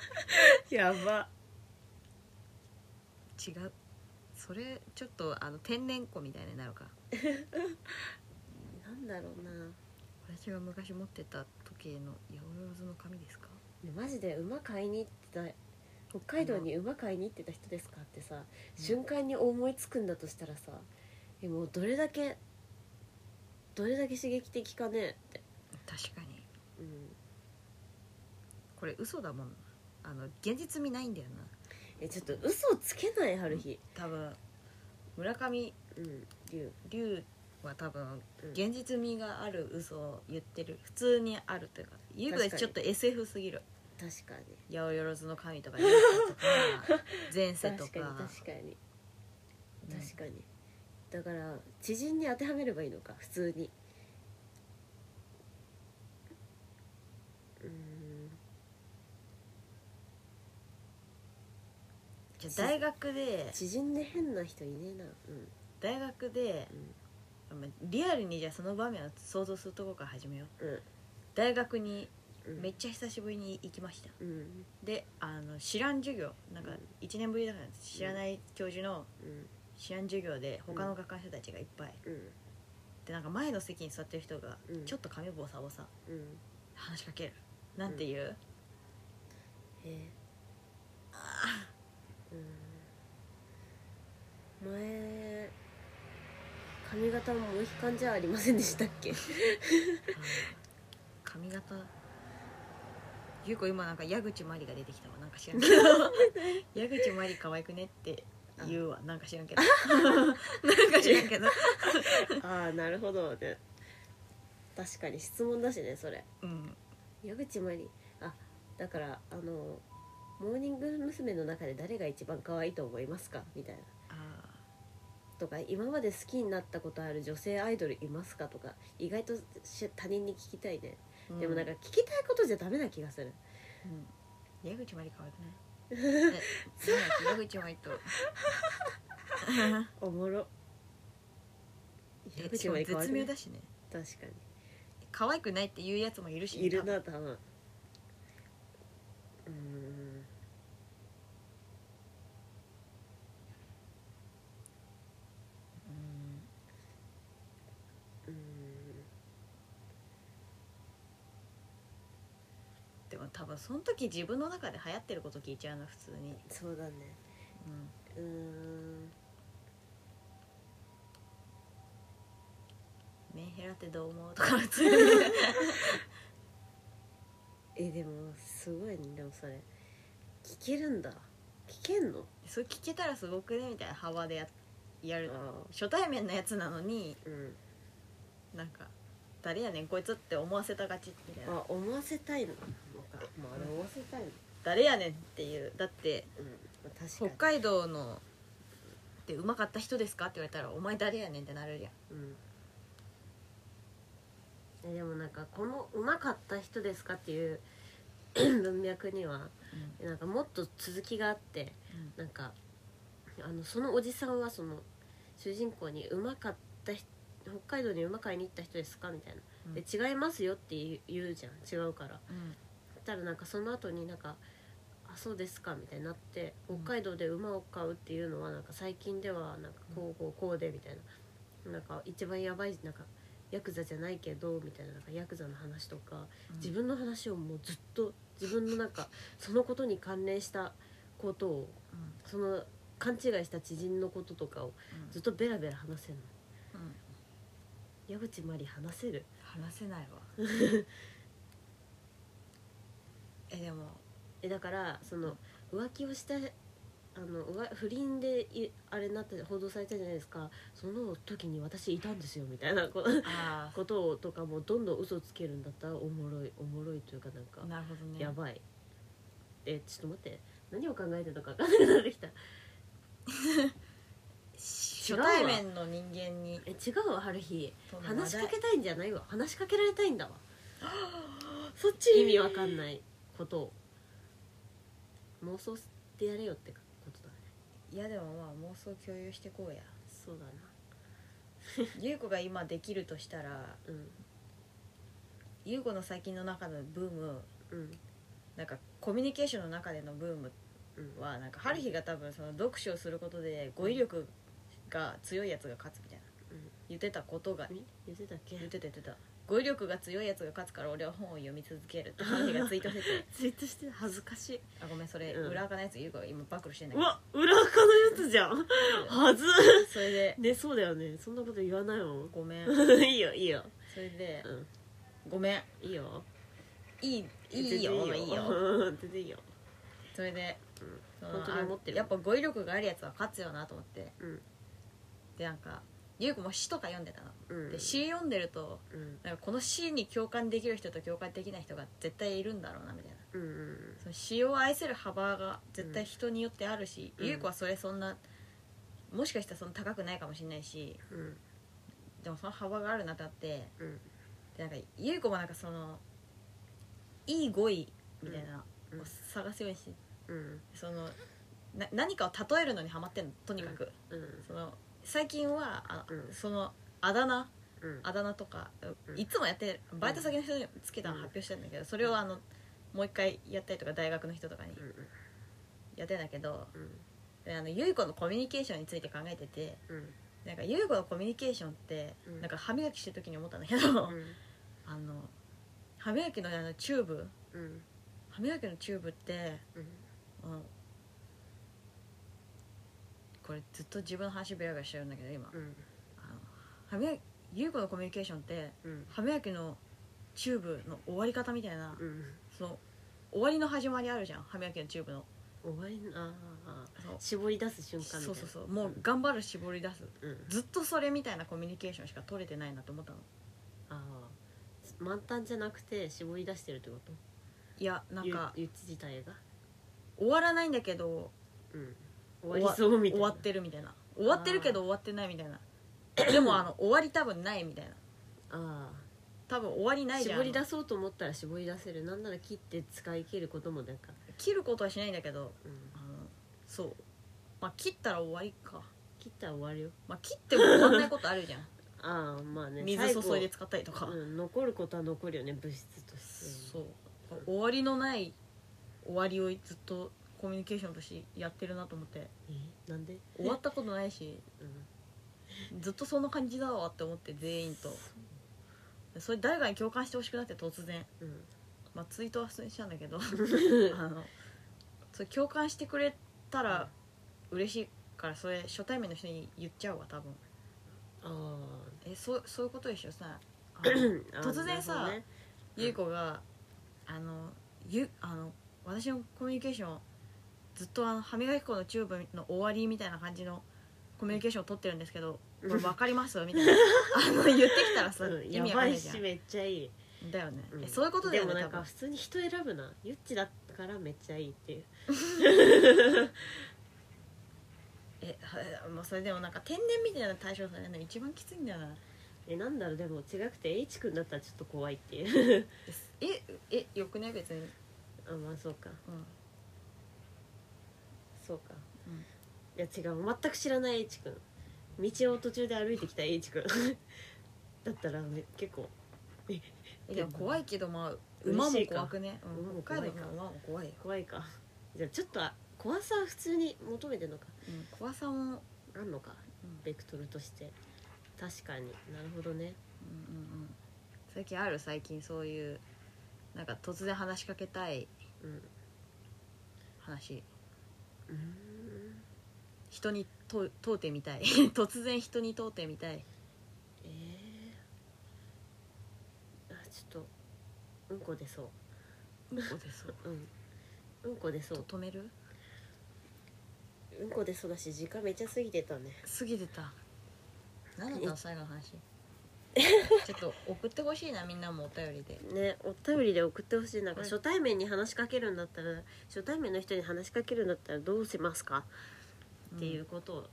C: やば
B: 違うそれちょっとあの天然子みたいになるから
C: なんだろうな
B: 私が昔持ってた時計の「八百万の神ですか?」
C: マジで馬買いに行ってた北海道に馬買いに行ってた人ですかってさ、瞬間に思いつくんだとしたらさえもうどれだけどれだけ刺激的かねって、
B: 確かに
C: うん、
B: これ嘘だもんなあの現実味ないんだよな
C: えちょっと嘘をつけない春日
B: 多分村上
C: うん龍
B: 龍は多分
C: うん
B: 現実味がある嘘を言ってる普通にあるというか優子でちょっと SF すぎる
C: 確かに
B: 八百万の神とか幽霊とか前世と
C: 確かに
B: か
C: 確かに
B: うん
C: 確かに、だから知人に当てはめればいいのか普通にうーん
B: じゃあ大学で
C: 知人で変な人いねえなうん
B: 大学でまあリアルにじゃあその場面を想像するところから始めよう
C: うん
B: 大学に
C: うん
B: めっちゃ久しぶりに行きました
C: うん
B: であの知らん授業なんか
C: うん
B: 1年ぶりだから知らない教授の
C: うん
B: 知らん授業で他の学科の人たちがいっぱい
C: うん
B: でなんか前の席に座ってる人が
C: うん
B: ちょっと髪ボサボサ
C: うん
B: 話しかけるなんて言う、
C: えー、うん前髪型もモヒカンじゃありませんでしたっけ
B: あー髪型ゆうこ今なんか矢口まりが出てきたわなんか知 らんけど矢口まり可愛くねって言うわなんか知ら んけどなんか知らんけど
C: ああなるほどね確かに質問だしねそれ
B: うん
C: 矢口まりあだからあのモーニング娘。の中で誰が一番可愛いと思いますかみたいな
B: あ
C: とか今まで好きになったことある女性アイドルいますかとか意外とし他人に聞きたいね、
B: ー
C: でもなんか
B: う
C: 聞きたいことじゃダメな気がする
B: ん矢口まり可愛 くないえなんだっけ矢口まりと
C: おもろ矢
B: えし
C: 口ま
B: かも
C: り可愛
B: 絶
C: くな
B: 妙
C: い
B: だしね
C: 確か
B: 可愛くないっていうやつもいるし
C: にいる
B: 多
C: な多分うーん
B: 分うん
C: うーん
B: でも多分その時自分の中で流行ってること聞いちゃうな普通に、
C: そうだね
B: うん、
C: うーん
B: ってどう思う?」とか普通 に
C: えでもすごいねでもそれ聞けるんだ聞けんの
B: それ聞けたらすごくねみたいな幅でややる
C: あ
B: 初対面のやつなのに
C: うん
B: なんか「誰やねんこいつ」って思わせたがちみたいな
C: あ思わせたいのかまああれ思わせたいの
B: 「誰やねん」っていうだって
C: うんまあ確か
B: 北
C: に
B: 海道のでうまかった人ですかって言われたら「お前誰やねん」ってなるやん
C: うんえでもなんかこの「うまかった人ですか?」っていう 文脈にはなんかもっと続きがあってなんかあのそのおじさんはその主人公に「うまかったひ北海道に馬買いに行った人ですか?」みたいな「で違いますよ」って言う言うじゃん違うから
B: うん
C: そしたらなんかその後になんか「あそうですか」みたいになって
B: うん
C: 北海道で馬を買うっていうのはなんか最近ではなんかこうこうこうでみたいななんか一番やばいなんかヤクザじゃないけどみたいななんかヤクザの話とか自分の話をもうずっと自分のなんかそのことに関連したことを
B: うん
C: その勘違いした知人のこととかを
B: うん
C: ずっとベラベラ話せるの
B: うん
C: 矢口真理話せる
B: 話 せないわえでも
C: えだからその浮気をしたあの浮不倫でいあれになって報道されたじゃないですかその時に私いたんですよみたいなこ
B: あ
C: ことをとかもどんどん嘘つけるんだったらおもろいおもろいというかなんか
B: あなるほどね
C: やばいえちょっと待って何を考えてるのか分かんなくなってきた
B: 初対面の人間に
C: え違うわ春日話しかけたいんじゃないわ話しかけられたいんだわ
B: そっ
C: 意味わかんないことを妄想してやれよってことだね
B: いやでもまあ妄想共有してこうや
C: そうだな
B: 優子が今できるとしたら
C: うん
B: 優子の最近の中のブーム
C: うん
B: なんかコミュニケーションの中でのブーム
C: うん
B: はなんか春日が多分その読書をすることで語彙力が強いやつが勝つみたいな
C: うん
B: 言ってたことが
C: え言ってたっけ
B: 言ってた言ってた語彙力が強いやつが勝つから俺は本を読み続けるって春日がツイート してて
C: ツイートして恥ずかしい
B: あごめんそれ
C: うん
B: 裏垢のやつ優子が今暴露してんだ
C: う
B: けど
C: わ裏垢のやつじゃんはず
B: それで
C: ねそうだよねそんなこと言わないもん
B: ごめん
C: いいよいいよ
B: それで
C: うん
B: ごめん
C: いいよ
B: いいいいよいいよ
C: うん全然いいよ
B: それで、
C: うん
B: その
C: 本当に思ってる
B: あやっぱ語彙力があるやつは勝つよなと思って
C: うん
B: でなんか優子も詩とか読んでたの、
C: うん
B: で詩読んでると
C: うん
B: なんかこの詩に共感できる人と共感できない人が絶対いるんだろうなみたいな
C: うんうん
B: その詩を愛せる幅が絶対人によってあるし、
C: うん
B: 優子はそれそんなもしかしたらそんな高くないかもしれないし
C: うん
B: でもその幅があるなとあって
C: うん
B: でなんか優子もなんかそのいい語彙みたいな
C: うん
B: のを探すようにして
C: うん
B: そのな何かを例えるのにハマってんのとにかく、
C: うん
B: その最近はあ、
C: うん
B: そのあだ名
C: うん
B: あだ名とか、
C: うん
B: いつもやってるバイト先の人につけたの発表してるんだけどそれをあのもう一回やったりとか大学の人とかに
C: うん
B: やってんだけど
C: うん
B: であのゆい子のコミュニケーションについて考えてて
C: うん
B: なんかゆい子のコミュニケーションって、
C: うん
B: なんか歯磨きしてる時に思ったんだけど、
C: うん
B: あの歯磨きのあのチューブ
C: うん
B: 歯磨きのチューブって
C: うん
B: うんこれずっと自分の話ベラベラしてるんだけど今、
C: うん
B: あの歯磨き優子のコミュニケーションって
C: うん
B: 歯磨きのチューブの終わり方みたいな、
C: うん
B: その終わりの始まりあるじゃん歯磨きのチューブの
C: 終わりなあー
B: そう
C: 絞り出す瞬間みたいな
B: そうそうそうもう頑張る絞り出す
C: うん
B: ずっとそれみたいなコミュニケーションしか取れてないなと思ったの
C: ああ満タンじゃなくて絞り出してるってこと
B: いやなんか
C: ゆゆっち自体が
B: 終わらないんだけど
C: うん終わりそうみたい
B: 終
C: な
B: わってるみたいな終わってるけど終わってないみたいなで もあの終わり多分ないみたいな
C: あ
B: 多分終わり
C: あ
B: ないじゃん
C: 絞り出そうと思ったら絞り出せるなんなら切って使い切ることもなんか
B: 切ることはしないんだけど
C: うん
B: あのそうまあ切ったら終わりか
C: 切ったら終わるよ
B: まあ切っても終わんないことあるじゃ ん
C: ああまあね
B: 水注いで使ったりとか、
C: 最後うん残ることは残るよね物質として
B: そう終わりのない終わりをずっとコミュニケーションとしてやってるなと思って
C: えなんで
B: 終わったことないし
C: うん
B: ずっとそんな感じだわって思って全員とそれ誰かに共感してほしくなって突然、
C: うん
B: まあ、ツイートは普通にしたんだ けどあのそれ共感してくれたら嬉しいからそれ初対面の人に言っちゃうわ多分
C: ああ
B: えそうそういうことでしょさあ
C: あ
B: 突然さ
C: なるほどね
B: ゆい子があのゆあの私のコミュニケーションずっとあの歯磨き粉のチューブの終わりみたいな感じのコミュニケーションを取ってるんですけどこれ分かりますみたいなあの言ってきたらさ、
C: うん
B: 意
C: や
B: 味わか
C: ば
B: ん
C: い
B: ないじゃ
C: しめっちゃいい、
B: んだよね、
C: うん
B: えそういうことだよね
C: でもなん
B: 多
C: か
B: 分
C: 普通に人選ぶなゆっちだからめっちゃいいっていう
B: えはもうそれでもなんか天然みたいな対象されるの一番きついんだよな
C: えなんだろうでも違くて H 君だったらちょっと怖いっていう
B: ええよくね別に、
C: あまあそうか
B: うん、
C: そうか、
B: うん
C: いや違う全く知らない H 君道を途中で歩いてきた H 君 だったらめ結構
B: えでも怖いけどまあ馬
C: 嬉
B: も
C: しいか
B: 怖くね、
C: 馬
B: うん、
C: も
B: 北
C: 怖いか
B: 海道の馬も怖いよ、
C: 怖いかじゃあちょっとあ怖さは普通に求めてんのか
B: うん、怖さも
C: あんのか
B: うん
C: ベクトルとして確かになるほどね
B: うんうんうん最近ある最近そういうなんか突然話しかけたい
C: うん
B: 話
C: うーん
B: 人にと問うてみたい 突然人に問うてみたい
C: えー、あちょっとうんこ出そ
B: うんこでそう
C: ううんうんこ出そ
B: と
C: う
B: 止める
C: うんこ出そうだし時間めっちゃ過ぎてたね
B: 過ぎてた何だったの最後の話ちょっと送ってほしいなみんなもお便りで
C: ねお便りで送ってほしいなんか
B: はい
C: 初対面に話しかけるんだったら初対面の人に話しかけるんだったらどうしますかっていう、ことを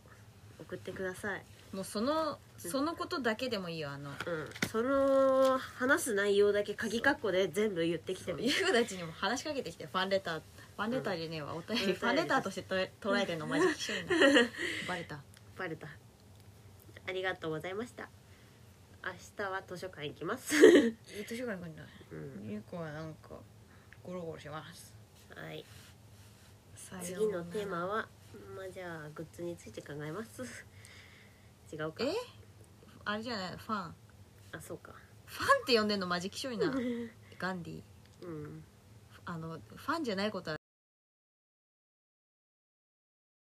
C: 送ってください、
B: うんもうそのそのことだけでもいいよあの
C: うんその話す内容だけ鍵括弧で全部言ってきてもいい
B: ゆうたちにも話しかけてきてファンレターファンレターじゃねえわお便
C: う
B: り
C: ん
B: ファンレターとしてと捉えてるのマジき しょいなバレた
C: バレたありがとうございました明日は図書館行きます、
B: え図書館行くんだ
C: うん、
B: ゆうこはなんかゴロゴロします
C: はい次のテーマはまあじゃあグッズについて考えます 違うか
B: えあれじゃないファン
C: あそうか
B: ファ ンって呼んでんのマジきしょいなガンディ
C: うん
B: あのファンじゃないことは